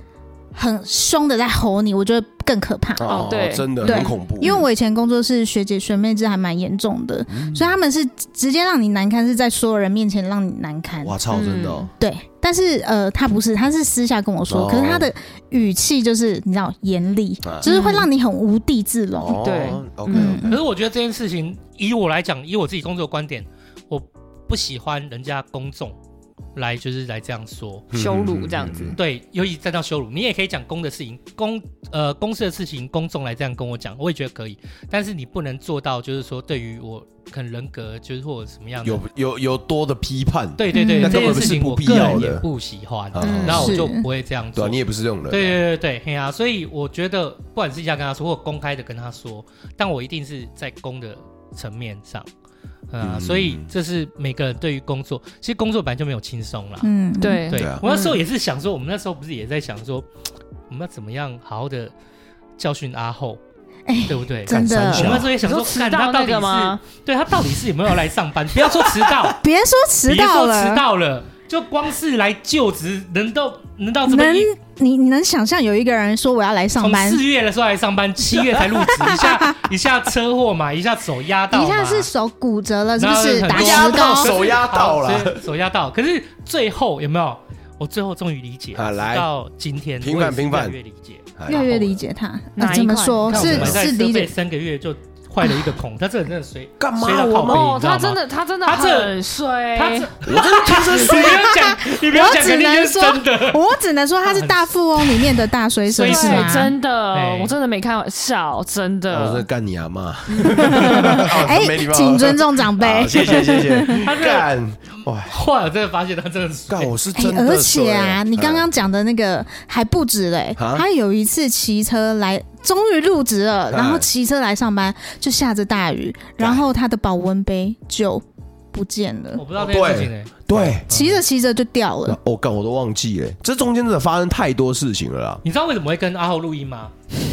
S3: 很凶的在吼你，我觉得更可怕。
S4: 哦对
S1: 真的
S3: 对
S1: 很恐怖，
S3: 因为我以前工作室学姐学妹制还蛮严重
S1: 嗯
S3: 的，所以他们是直接让你难堪，是在所有人面前让你难堪。
S1: 哇操，真的哦
S3: 对，但是呃，他不是，他是私下跟我说，
S1: 哦
S3: 可是他的语气就是你知道严厉，
S1: 啊
S3: 就是会让你很无地自容。
S1: 哦，
S4: 对
S1: ，OK，
S3: 嗯
S2: 可是我觉得这件事情，以我来讲，以我自己工作的观点，我不喜欢人家公众来就是来这样说。
S4: 羞
S1: 嗯
S4: 辱这样子，
S2: 对，尤其站到羞辱，你也可以讲公的事情，公呃公司的事情，公众来这样跟我讲，我也觉得可以。但是你不能做到，就是说对于我可能人格就是或者什么样的，
S1: 有有有多的批判，
S2: 对对对，
S3: 嗯那
S2: 这
S1: 根本
S2: 件事
S1: 是
S2: 情
S1: 不
S2: 我
S1: 必
S2: 个
S1: 要
S2: 人也
S1: 的
S2: 不喜欢，
S1: 啊
S4: 嗯
S2: 然后我
S3: 是
S2: 就不会这样
S1: 对
S2: 做
S1: 啊，你。也不是这种人啊，
S2: 对对对对，嘿啊，所以我觉得不管私下跟他说，或公开的跟他说，但我一定是在公的层面上，啊、
S1: 嗯
S2: 所以这是每个人对于工作，其实工作本来就没有轻松啦，
S3: 嗯，，
S4: 对
S2: 对
S1: 对啊
S2: 我那时候也是想说，我们那时候不是也在想说，我们要怎么样好好的教训阿后，
S3: 哎，
S2: 对不对？
S3: 真的
S1: 干三
S2: 我
S1: 小
S2: 们那时候也想
S4: 你
S2: 说，
S4: 说迟
S2: 看
S4: 到
S2: 他到
S4: 那
S2: 底
S4: 个吗
S2: 是？对他到底是有没有来上班？不要说迟到，
S3: 别说迟到
S2: 别说迟
S3: 了，
S2: 到了，就光是来就职，能到能到这么
S3: 能
S2: 一
S3: 你你能想象有一个人说我要来上
S2: 从
S3: 班，
S2: 四月的时候来上 班，七月才入职，一下一下车祸嘛，一下手压到嘛，
S3: 一下是手骨折了，是不
S2: 然后
S3: 是？
S2: 很
S3: 打
S2: 多
S3: 石
S1: 压到
S3: 膏
S1: 手压到
S2: 好
S1: 啦，
S2: 所以手压到。可是最后有没有？我最后终于理解，
S1: 啊来
S2: 直到今天
S1: 平反
S2: 我也是
S1: 平反
S2: 越来越理解。
S1: 哎
S3: 越来越理解他。
S4: 哪
S3: 那
S4: 一
S3: 怎么
S4: 块
S3: 说？
S2: 看我
S3: 哦是
S2: 们在
S3: 是理
S2: 设备
S3: 解
S2: 三个月就坏了一个孔，他这人真的衰，
S1: 干嘛
S2: 衰到
S1: 我
S2: 靠
S1: 们
S2: 背，
S4: 哦
S2: 你，知道
S4: 他
S2: 吗
S4: 真，的，他真的
S2: 他这
S4: 很衰，
S2: 他这
S1: 哎我真的天生
S2: 你不要讲，你不要讲，肯定就是真的。
S3: 我只能说他是大富翁里面的大水手
S2: 没
S4: 对，
S2: 事
S3: 是吗？
S4: 真的
S2: 对，
S4: 我真的没开玩笑，真
S1: 我在
S4: 的。
S1: 干你阿妈！
S3: 哎
S1: 哎，
S3: 请尊重长辈哎
S1: 好。谢谢谢 谢。
S2: 他这个
S1: 干哇
S2: 后来我真的发现他真的
S1: 干，
S2: 衰，
S1: 我是
S3: 哎
S1: 真，的。哎
S3: 而且啊，
S1: 对
S3: 你刚刚讲的那个还不止嘞、
S1: 啊
S3: 他有一次骑车来，终于入职了，然后
S1: 哎
S3: 骑车来上班，就下着大雨，然后他的保温杯就不见了
S1: 啊
S2: 我，不知道这件事情哎
S1: 嗯。对，
S3: 骑着骑着就掉了。
S1: 我哦干我都忘记了，这中间真的发生太多事情了啦。
S2: 你知道为什么会跟阿浩录音吗？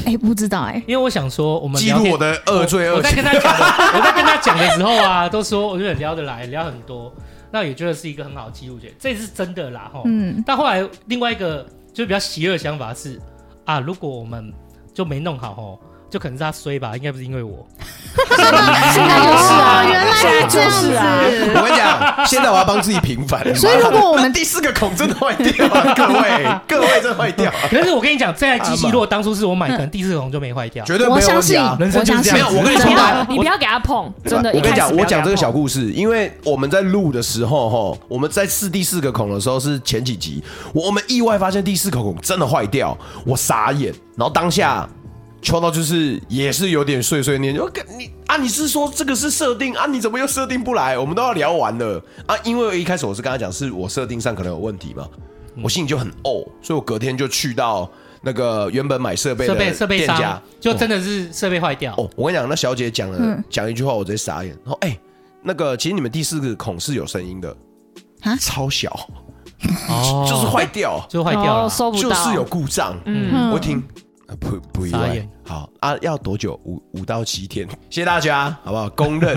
S3: 哎、不知道哎、
S2: 因为我想说我们
S1: 记
S2: 聊
S1: 录
S2: 天
S1: 我的恶罪
S2: 我
S1: 恶
S2: 在
S1: 行
S2: 跟他讲的，我在跟他讲的时候啊，都说我觉得聊得来，聊很多，那也觉得是一个很好的记录点，这是真的
S1: 哦
S2: 啦吼。
S3: 嗯，
S2: 但后来另外一个就是比较邪恶的想法是啊，如果我们就没弄好吼，就可能是他衰吧，应该不是因为我。
S3: 现在就是啊，
S4: 哦
S3: 原来是这样子。
S4: 就是啊
S1: 我跟你讲，现在我要帮自己平反。
S3: 所以如果我们
S1: 那第四个孔真的坏掉啊，各位，各位真的坏掉啊，
S2: 可是我跟你讲，这台机器如果当初 是我买，可能第四孔就没坏掉。
S1: 绝对
S3: 我
S1: 没有
S3: 相
S1: 问题
S3: 信，
S1: 啊。
S2: 人生
S3: 我
S2: 就是
S3: 相
S2: 这
S3: 信
S2: 样
S1: 没有，我跟你
S4: 你
S1: 说
S4: 不
S1: 真
S4: 要
S1: 的，
S4: 你不要给他碰，真的。
S1: 我跟你
S4: 一开始
S1: 讲，
S4: 不
S1: 我
S4: 要给他
S1: 讲这个小
S4: 碰
S1: 故事，因为我们在录的时候，吼，我们在试第四个孔的时候是前几集，我们意外发现第四个孔真的坏掉，我傻眼，然后当下。秋到就是也是有点碎碎念，就干你啊，你是说这个是设定啊？你怎么又设定不来？我们都要聊完了啊！因为一开始我是跟他讲，是我设定上可能有问题嘛，我心里就很怄，所以我隔天就去到那个原本买设备
S2: 设
S1: 的
S2: 备设备
S1: 店家
S2: 商，就真的是设备坏掉。
S1: 哦，我跟你讲，那小姐讲
S3: 嗯
S1: 了讲、一句话，我直接傻眼。然后哎、那个其实你们第四个孔是有声音的
S3: 啊，
S1: 超小，
S2: 哦
S1: 就是坏掉，
S2: 就坏掉
S4: 哦
S2: 了。
S4: 收不到，
S1: 就是有故障。
S4: 嗯，
S1: 我一听。啊不不意
S2: 傻
S1: 外
S2: 眼，
S1: 好啊，要多久？五五到七天，谢谢大家，好不好？公认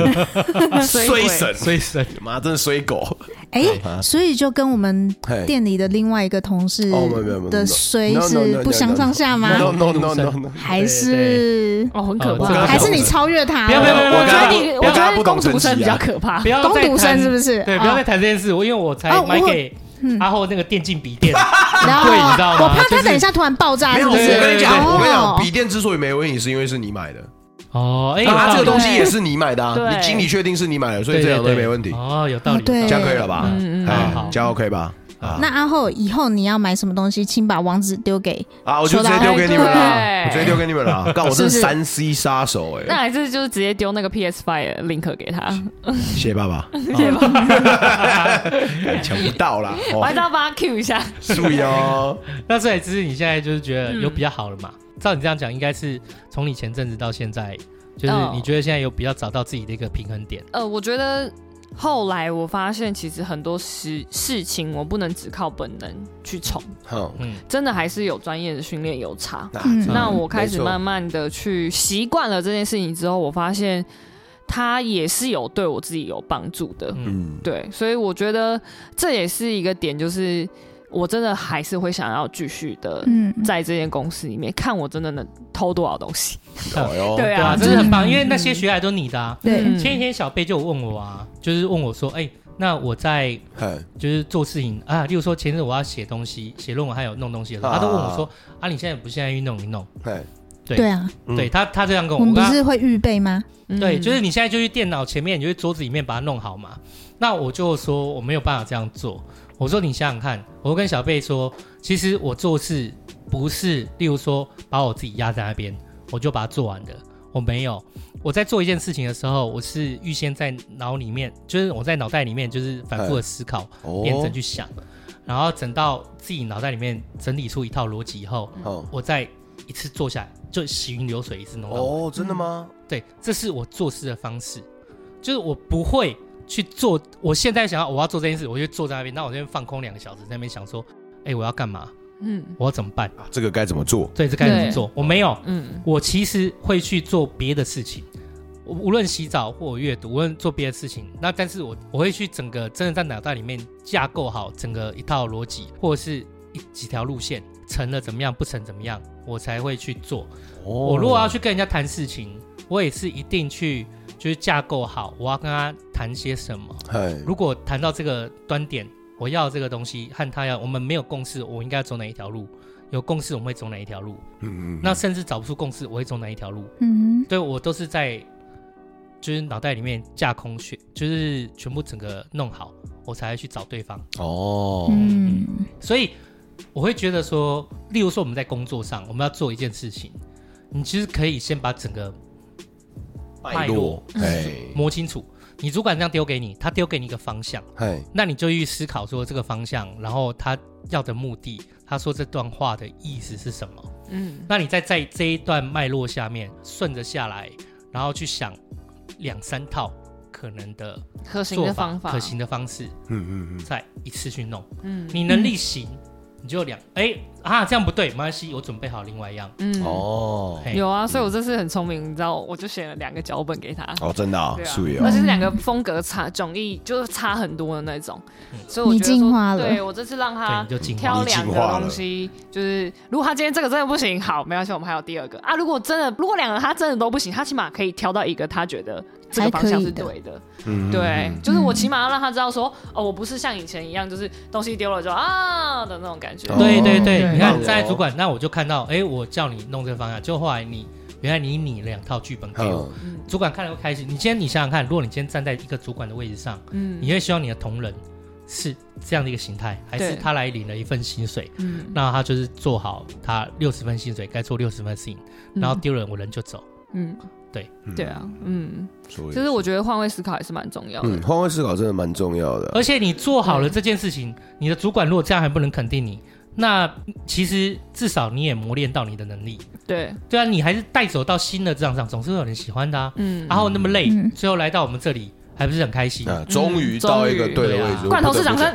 S1: 衰神，
S2: 所以是
S1: 妈真的衰狗，
S3: 哎、
S1: 嗯
S3: 所以就跟我们
S1: 嘿
S3: 店里的另外一个同事
S1: 哦没有没有没有
S3: 的
S1: no，
S3: 衰
S1: no，no，
S3: 是
S1: no，
S3: 不相上下吗？
S1: ？No no no no no，
S3: 还是
S4: 哦，很可
S2: 哦这个
S4: 怕。
S3: 还是你
S1: 呃我
S3: 超越他了？
S2: 不要不要不要
S4: 我
S1: 我刚
S4: 觉得
S1: 刚
S4: 你，
S1: 我
S4: 我
S1: 刚
S4: 觉
S1: 刚
S4: 得
S1: 不懂
S4: 工读
S1: 珍
S4: 生
S1: 惜
S4: 比较
S1: 啊，
S4: 可怕
S2: 不。要
S3: 攻
S2: 再
S3: 读生
S2: 谈
S3: 是不是？
S2: 对，
S3: 啊
S2: 不要再谈这件事，我因为我才
S3: 哦
S2: 买
S3: 我
S2: 给阿后那个电竞笔电，
S3: 然
S2: 很
S3: 后
S2: 贵，你知道吗？
S3: 我怕他等一
S2: 下
S3: 下突然爆炸，
S1: 没
S3: 是
S1: 有，
S3: 不
S1: 我
S3: 是？
S1: 跟你讲，
S3: 哦
S1: 我跟你讲，笔电之所以没问题，是因为是你买的，
S2: 哦，哎，
S1: 啊，这个东西
S4: 对
S1: 也是你买的啊，
S4: 对
S1: 你经理确定是你买的，所以
S2: 对
S1: 这
S2: 对
S1: 两个
S2: 对
S1: 没问题。
S2: 哦，有道理，
S3: 哦对
S1: 这样可以了吧？
S4: 嗯嗯
S1: 哎
S2: 好
S1: 这样 OK 吧？啊，
S3: 那阿后以后你要买什么东西，请把网址丢给
S1: 啊，我就直接丢给你们了，
S4: 对
S1: 我直接丢给你们了。干，我
S3: 是
S1: 这
S3: 不
S1: 是
S3: 是
S1: 三 C 杀手
S4: 那
S1: 哎，
S4: 还是就是直接丢那个 PS Five 的 link 给
S1: 哦
S4: 他，
S1: 谢谢爸爸，
S4: 对 吧？
S1: 哎抢不到啦，
S4: 我还
S1: 哦
S4: 是要帮他 Q 一下。
S1: 注意哦。
S2: 那所以只是你现在就是觉得
S4: 嗯
S2: 有比较好了嘛？照你这样讲，应该是从你前阵子到现在，就是
S4: 哦
S2: 你觉得现在有比较找到自己的一个平衡点，
S4: 呃，我觉得后来我发现，其实很多事事情我不能只靠本能去冲，
S1: 好，
S2: 嗯，
S4: 真的还是有专业的训练有差。
S1: 那
S3: 嗯
S4: 那我开
S1: 没
S4: 始
S1: 错
S4: 慢慢的去习惯了这件事情之后，我发现它也是有对我自己有帮助的。
S1: 嗯，
S4: 对，所以我觉得这也是一个点，就是我真的还是会想要继续的。
S3: 嗯，
S4: 在这间公司里面，看我真的能偷多少东西。
S1: 哎呦，
S4: 对
S2: 对啊，
S4: 啊，
S2: 真的很棒，因为那
S3: 嗯
S2: 些学来都是你的啊。
S3: 对
S4: 嗯
S2: 前几天小贝就有问我啊，就是问我说，哎，那我在
S1: 嘿
S2: 就是做事情啊，例如说前阵子我要写东西、写论文还有弄东西的时候，
S1: 啊
S2: 他都问我说，啊，你现在不现在去弄一弄？
S1: 嘿，
S2: 对
S3: 对啊，
S1: 嗯
S2: 对他，他这样跟
S3: 我
S2: 我，
S3: 们
S2: 我
S3: 不
S2: 跟他
S3: 是会预备吗？
S4: 嗯
S2: 对，就是你现在就去电脑前面，你就去桌子里面把它弄好嘛。那我就说我没有办法这样做。我说你想想看，我跟小贝说，其实我做事不是，例如说把我自己压在那边，我就把它做完的。我没有，我在做一件事情的时候，我是预先在脑里面，就是我在脑袋里面就是反
S1: 哎
S2: 复的思考，辩
S1: 哦
S2: 证，去想，然后等到自己脑袋里面整理出一套逻辑以后，
S1: 好，
S2: 我再一次做下来，就行云流水一次弄到。
S1: 哦，真的吗？
S2: 对，这是我做事的方式，就是我不会去做。我现在想要我要做这件事，我就坐在那边，那我这边放空两个小时，在那边想说，哎、我要干嘛？
S4: 嗯
S2: 我要怎么办？
S1: 啊这个该怎么做？
S2: 对，这该怎么
S4: 对
S2: 做？我没有，
S4: 嗯
S2: 我其实会去做别的事情，我无论洗澡或我阅读，无论做别的事情，那但是我我会去整个真的在脑袋里面架构好整个一套逻辑，或者是一几条路线，成了怎么样，不成怎么样，我才会去做。我
S1: 我
S2: 如果要去跟人家谈事情，我也是一定去就是架构好，我要跟他谈些什么。
S1: 哦嘿，
S2: 如果谈到这个端点，我要这个东西和他要，我们没有共识，我应该走哪一条路？有共识，我们会走哪一条路？
S1: 嗯嗯，
S2: 那甚至找不出共识，我会走哪一条路？
S3: 嗯
S2: 对我都是在就是脑袋里面架空学，就是全部整个弄好，我才会去找对方。
S1: 哦
S3: 哼，，嗯
S2: 所以我会觉得说，例如说我们在工作上，我们要做一件事情，你其实可以先把整个
S1: 脉络，哎，
S2: 摸清楚。你主管这样丢给你，他丢给你一个方向，
S1: 嗨，
S2: 那你就去思考说这个方向，然后他要的目的，他说这段话的意思是什么？
S4: 嗯，
S2: 那你再在这一段脉络下面顺着下来，然后去想两三套可能的
S4: 可行
S2: 做
S4: 的方法，
S2: 可行的方式，
S1: 嗯嗯嗯，
S2: 再一次去弄。
S4: 嗯，
S2: 你能力行，你就两哎、啊，这样不对，没关系，我准备好另外一样。
S4: 嗯，
S1: 哦，
S2: 嘿
S4: 有啊，所以我这次很聪明，你知道，我就选了两个脚本给他。
S1: 哦，真的啊
S4: 对，啊
S1: 素
S4: 而
S1: 友，
S4: 且是两个风格差，迥异就是差很多的那种，所以我
S3: 你
S4: 觉得
S3: 进
S4: 说
S3: 化了
S4: 对我这次让
S2: 对，
S4: 他
S2: 你就进化
S4: 挑
S1: 你进
S4: 两个
S1: 化了
S4: 东西，就是如果他今天这个真的不行，好，没关系，我们还有第二个啊。如果真的，如果两个他真的都不行，他起码可以挑到一个他觉得这个方向是对的。
S1: 嗯
S4: 对，，就是我起码要让他知道说，哦，我不是像以前一样，就是东西丢了就啊的那种感觉。
S1: 哦
S2: 对对对，
S3: 对
S2: 你看
S1: 棒哦
S2: 在主管，那我就看到，哎、我叫你弄这个方向，就后来你原来你拟了两套剧本给我，
S1: 嗯，
S2: 主管看了会开心。你今天你想想看，如果你今天站在一个主管的位置上，
S4: 嗯
S2: 你会希望你的同仁是这样的一个形态，还是
S4: 对
S2: 他来领了一份薪水，
S4: 嗯
S2: 那他就是做好他六十分薪水该做六十分的事情，然后丢人我人就走。
S4: 嗯，
S1: 嗯
S4: 对，啊，嗯，
S1: 所以
S4: 就是我觉得换位思考还是蛮重要的
S1: 嗯，。换位思考真的蛮重要的，
S2: 而且你做好了这件事情，你的主管如果这样还不能肯定你，那其实至少你也磨练到你的能力。
S4: 对，
S2: 对啊，你还是带走到新的职场上，总是会有人喜欢的啊。
S4: 嗯，
S2: 然后那么累，
S3: 嗯
S2: 最后来到我们这里，还不是很开心？
S1: 啊，终于到一个对的位置，
S2: 嗯
S4: 罐头式掌声，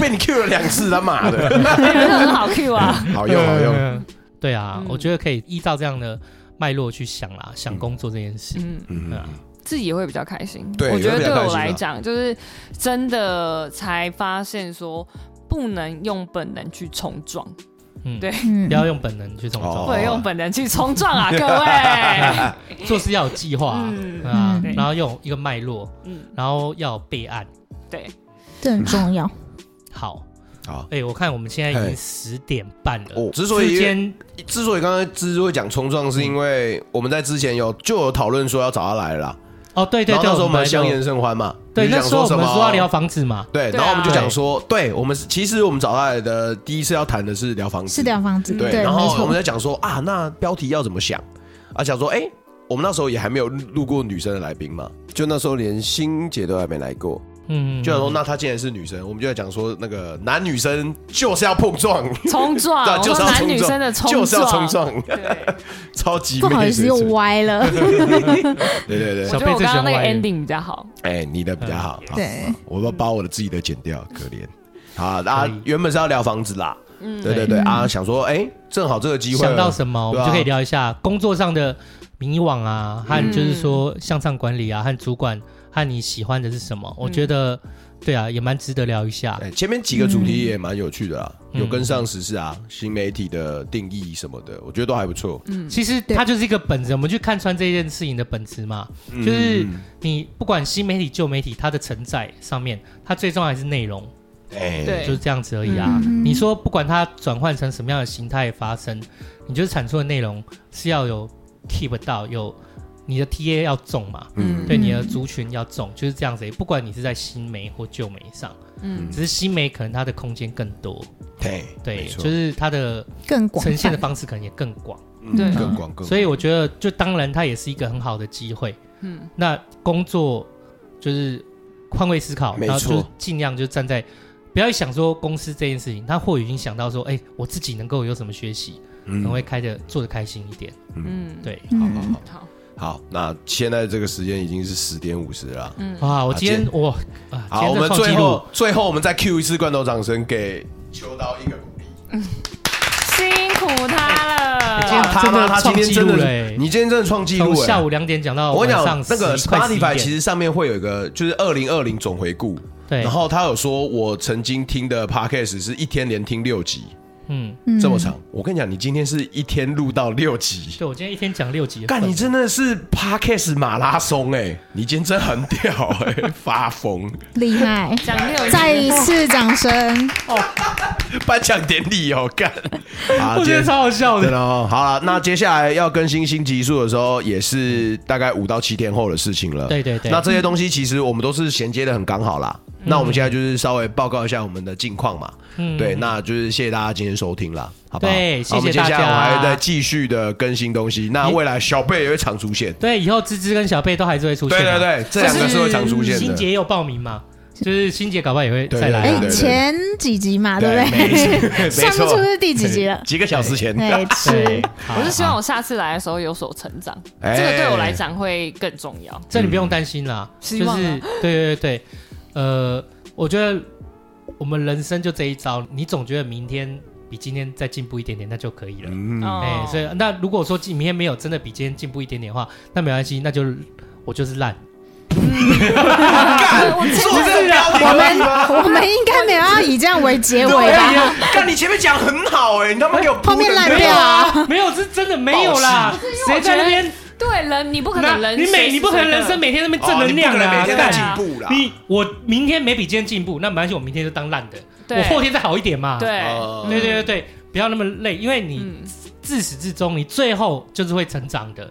S1: 被你 Q 了两次，他妈 的，
S4: 真的很好 Q 啊。
S1: 好用好用，
S2: 对啊，
S4: 嗯
S2: 我觉得可以依照这样的脉络去想啦，想工作这件事。
S4: 嗯，
S1: 嗯
S2: 对啊，
S4: 自己也会比较开心。
S1: 对
S4: 我觉
S1: 也会
S4: 得
S1: 比
S4: 对
S1: 较开
S4: 我
S1: 心啊
S4: 来讲，就是真的才发现说，不能用本能去冲撞，
S2: 嗯，
S4: 对
S3: 嗯
S2: 不要用本能去冲
S1: 哦
S2: 撞
S4: 不，能用本能去冲 撞啊，各位。
S2: 做事要有计划啊
S4: 嗯
S2: 对啊
S3: 嗯，
S2: 然后要有一个脉络，
S4: 嗯，
S2: 然后要有备案。
S4: 对，
S3: 这很重要。
S2: 好，
S1: 好。
S2: 哎，我看我们现在已
S1: 嘿
S2: 经十点半了，
S1: 哦之所以
S2: 之间
S1: 之所以刚才之所以讲冲撞，是因为
S2: 嗯
S1: 我们在之前有就有讨论说要找他来了，
S2: 哦，对对
S1: 然后
S2: 对，
S1: 那时候我们
S2: 来
S1: 相
S2: 就
S1: 言甚欢嘛，
S2: 对，
S1: 你就
S2: 那
S1: 讲
S2: 时候我
S1: 什
S2: 们
S1: 么
S2: 说要聊房子嘛，
S1: 对，
S4: 对
S1: 然后我们就
S4: 啊
S1: 讲说，对我们是其实我们找他来的第一次要谈的是聊房子，
S3: 是的，房子
S1: 对，
S3: 嗯没
S1: 然后我们
S3: 错，
S1: 在讲说啊，那标题要怎么想啊？想说，哎、我们那时候也还没有录过女生的来宾嘛，就那时候连欣姐都还没来过，
S2: 嗯，
S1: 就想说，那她既然是女生，我们就在讲说那个男女生就是要碰撞，
S4: 冲撞，
S1: 对啊
S4: 我
S1: 就是
S4: 说
S1: 要
S4: 男
S1: 冲
S4: 女
S1: 撞
S4: 生的冲撞，
S1: 就是要冲 撞，
S4: 对，
S1: 超级
S3: 不好
S1: 妹
S3: 意思
S1: 是
S3: 又
S1: 不是
S3: 歪了。
S1: 对对对
S4: 我
S2: 小，
S4: 觉得
S2: 贝
S4: 我
S2: 最喜
S4: 刚
S2: 欢
S4: 刚那个
S2: 歪
S4: ending 比较好。
S1: 哎、你的比较好，好
S3: 对，
S1: 我要把我的自己的剪掉，可怜。好，
S2: 可
S1: 啊
S2: 以，
S1: 原本是要聊房子啦，
S4: 嗯，
S1: 对对对啊，想说，哎、正好这个机会，
S2: 想到什么，我
S1: 对啊
S2: 们就可以聊一下工作上的迷惘
S1: 嗯
S2: 啊，和就是说向上管理啊，和主管和你喜欢的是什么？我觉得对啊，也蛮值得聊一下。
S1: 哎，前面几个主题也蛮有趣的啦，
S2: 嗯
S1: 有跟上时事啊，新媒体的定义什么的，我觉得都还不错。
S2: 其实它就是一个本质，我们去看穿这件事情的本质嘛，就是
S1: 嗯
S2: 你不管新媒体、旧媒体，它的承载上面，它最重要还是内容，
S1: 哎，
S4: 对
S2: 就是这样子而已啊。
S3: 嗯
S2: 你说不管它转换成什么样的形态发生，你就是产出的内容是要有 keep 到，有你的 TA 要重嘛，
S1: 嗯
S2: 对你的族群要重，就是这样子。不管你是在新媒或旧媒上，
S4: 嗯
S2: 只是新媒可能它的空间更多，
S1: 对
S2: 对，
S1: 没错
S2: 就是它的
S3: 更广
S2: 呈现的
S3: 泛。
S2: 方式可能也更广。
S1: 嗯
S4: 对
S1: 更广更广
S2: 所以我觉得，就当然它也是一个很好的机会。
S4: 嗯，
S2: 那工作就是换位思考，
S1: 没
S2: 然后就
S1: 错
S2: 尽量就站在。不要想说公司这件事情，他或许已经想到说，哎、我自己能够有什么学习，可能会开的做的开心一点。
S4: 嗯，
S2: 对，
S1: 嗯好好好
S4: 好，
S1: 好，那现在这个时间已经是十点五十了啦。
S4: 嗯，
S2: 哇，我今天
S1: 啊
S2: 我啊，今
S1: 好，我
S2: 天
S1: 们
S2: 在创
S1: 最
S2: 纪录
S1: 后，最后我们再 Q 一次罐头掌声给秋刀一个鼓励。
S4: 辛苦他
S2: 今天
S4: 了。！
S1: 他
S2: 真
S1: 妈
S2: 的
S1: 他今
S2: 创
S1: 天
S2: 纪
S1: 真
S2: 录
S1: 的
S2: 了
S1: 是，
S2: 欸
S1: 你今天真的创纪录
S2: 从下
S1: 哎！
S2: 午两点讲到
S1: 我跟
S2: 晚
S1: 你
S2: 上
S1: 讲，那个
S2: 11快11
S1: Spotify
S2: 点
S1: 其实上面会有一个，就是二零二零总回顾，
S2: 对，
S1: 然后他有说我曾经听的 podcast 是一天连听六集，
S2: 嗯，
S3: 嗯
S1: 这么长。我跟你讲，你今天是一天录到六集，
S2: 对我今天一天讲六集的份，
S1: 干，你真的是 podcast 马拉松哎、你今天真很屌哎、 发疯！
S3: 厉害
S4: 讲六集
S3: 再一次掌声，
S1: 颁奖典礼哦，干，好
S2: 我觉得超好笑
S1: 对
S2: 的。
S1: 了哦，好了，那接下来要更新新集数的时候，也是大概五到七天后的事情了。
S2: 对对对
S1: 那这些东西其实我们都是衔接的很刚好啦。那我们现在就是稍微报告一下我们的近况嘛。
S2: 嗯
S1: 对，那就是谢谢大家今天收听啦，好不好？
S2: 对
S1: 好我们
S2: 谢谢大家
S1: 接下来我们还会再继续的更新东西。那未来小贝也会常出现。
S2: 对，以后芝芝跟小贝都还是会出现
S1: 对
S2: 啊。
S1: 对对，这两个是会常出现
S2: 新
S1: 的。
S2: 杰也有报名嘛，就是新杰搞不好也会
S1: 对
S2: 再来
S1: 对
S2: 啊。
S1: 对
S3: 哎，前几集嘛，对不对？
S1: 没错，
S3: 上
S1: 没
S3: 次
S1: 错
S3: 是第几集了？
S1: 几个小时前。
S3: 哎，是
S2: 对，好
S4: 我是希望我下次来的时候有所成长，
S1: 哎
S4: 这个对我来讲会更重要。
S2: 这你不
S1: 嗯
S2: 用担心啦，
S4: 希
S2: 就
S4: 望
S2: 是
S4: 啊
S2: 对对对对，呃，我觉得我们人生就这一招，你总觉得明天比今天再进步一点点，那就可以了。
S1: 嗯，
S4: 哦
S2: 哎、所以那如果说今明天没有真的比今天进步一点点的话，那没关系，那就我就是烂。
S4: 干我
S1: 做这个标题可以吗？
S3: 我们应该没有要以这样为结尾
S1: 对
S3: 吧？
S1: 呀，干你前面讲很好哎，你他妈给我铺
S3: 后面
S1: 得
S3: 烂
S1: 很
S3: 掉啊！
S2: 没有是真的没有啦，谁在那边？
S4: 对人，你不可能
S2: 那
S4: 人，
S2: 你每你不可能人生每天在那边正能
S1: 哦你不
S2: 量
S1: 可能
S2: 啊，
S1: 每天
S2: 干
S1: 在
S4: 在
S1: 进
S4: 进
S1: 步啦。
S2: 你我明天没比今天进步，那没关系，我明天就当烂的，
S4: 对
S2: 我后天再啊好一点嘛。
S4: 对，
S1: 哦
S2: 对对对对，不要那么累，因为你
S4: 嗯
S2: 自始至终，你最后就是会成长的。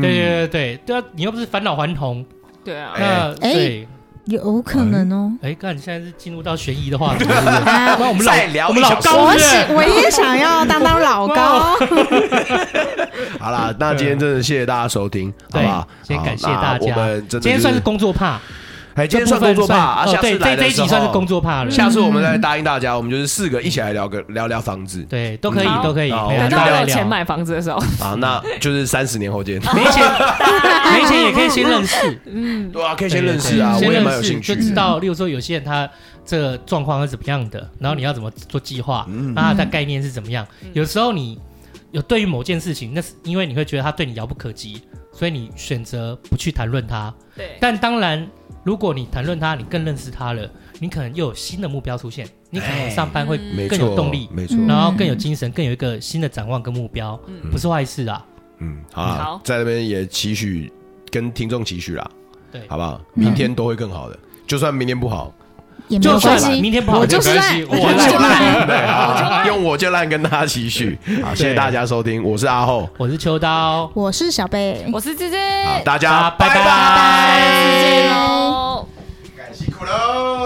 S1: 嗯
S2: 对对对对对啊，你又不是返老还童，
S4: 对啊，
S2: 那
S3: 哎
S2: 对，
S3: 有可能哦。
S2: 哎，看你现在是进入到悬疑的话题，是 不是
S1: 嗯
S2: 那我们老
S1: 再聊一
S2: 我们老
S1: 小时
S2: 高
S3: 我
S2: 是不
S3: 喜
S2: 是
S3: 我也想要当当 老高，
S1: 好啦，那今天真的谢谢大家收听，好不好？
S2: 对先感谢
S1: 好那
S2: 大家
S1: 我们真的
S2: 今天算是，工作怕，
S1: 哎，今天
S2: 这
S1: 算
S2: 部分
S1: 工作吧。啊，
S2: 哦
S1: 下
S2: 对，
S1: 次来
S2: 这
S1: 的
S2: 这一
S1: 时
S2: 集
S1: 候
S2: 算是工。作怕了，
S1: 下次我们再答应大家，我们就是四个一起来聊个聊聊房子
S2: 对，都可以
S4: 好
S2: 都可以，
S1: 好
S2: 可以
S1: 我们
S4: 等
S2: 大家
S4: 到我
S2: 哎来
S4: 有
S2: 聊
S4: 钱买房子的时候，
S1: 啊，那就是三十年后见。
S2: 没钱，没钱也可以先认识，
S4: 嗯，
S1: 对啊，可以先认识啊，
S2: 对
S1: 我也
S2: 先
S1: 蛮有
S2: 认识
S1: 兴趣
S2: 就
S1: 的。
S2: 知道，例如说有些人他这个状况是怎么样的，然后你要怎么做计划，
S1: 嗯
S2: 那他的概念是怎么样。
S3: 嗯
S2: 有时候你有对于某件事情，那是因为你会觉得他对你遥不可及，所以你选择不去谈论他。
S4: 对，
S2: 但当然，如果你谈论他，你更认识他了，你可能又有新的目标出现，你可能上班会
S1: 没
S2: 更有动力
S1: 错，，哎没错。
S3: 嗯
S2: 然后更有精神，更有一个新的展望跟目标，不是坏事啊。
S1: 嗯，好啊
S4: 好，
S1: 在那边也期许跟听众期许啦，
S2: 对
S1: 好不好？明天都会更好的，就算明天不好，
S3: 也没有
S2: 就
S3: 关
S2: 算
S3: 系。
S2: 明天不好，
S3: 我就是
S2: 没关
S3: 烂
S2: 系，
S3: 我
S2: 我
S3: 就烂。
S1: 对啊，用我就烂跟大家期许。好，谢谢大家收听，我是阿厚，
S2: 我是秋刀，
S3: 我是小贝，
S4: 我是芝芝，
S1: 好，大
S2: 大家
S1: 家
S2: 拜
S1: 拜
S2: 拜
S4: 下次见喽。
S1: 辛苦喽。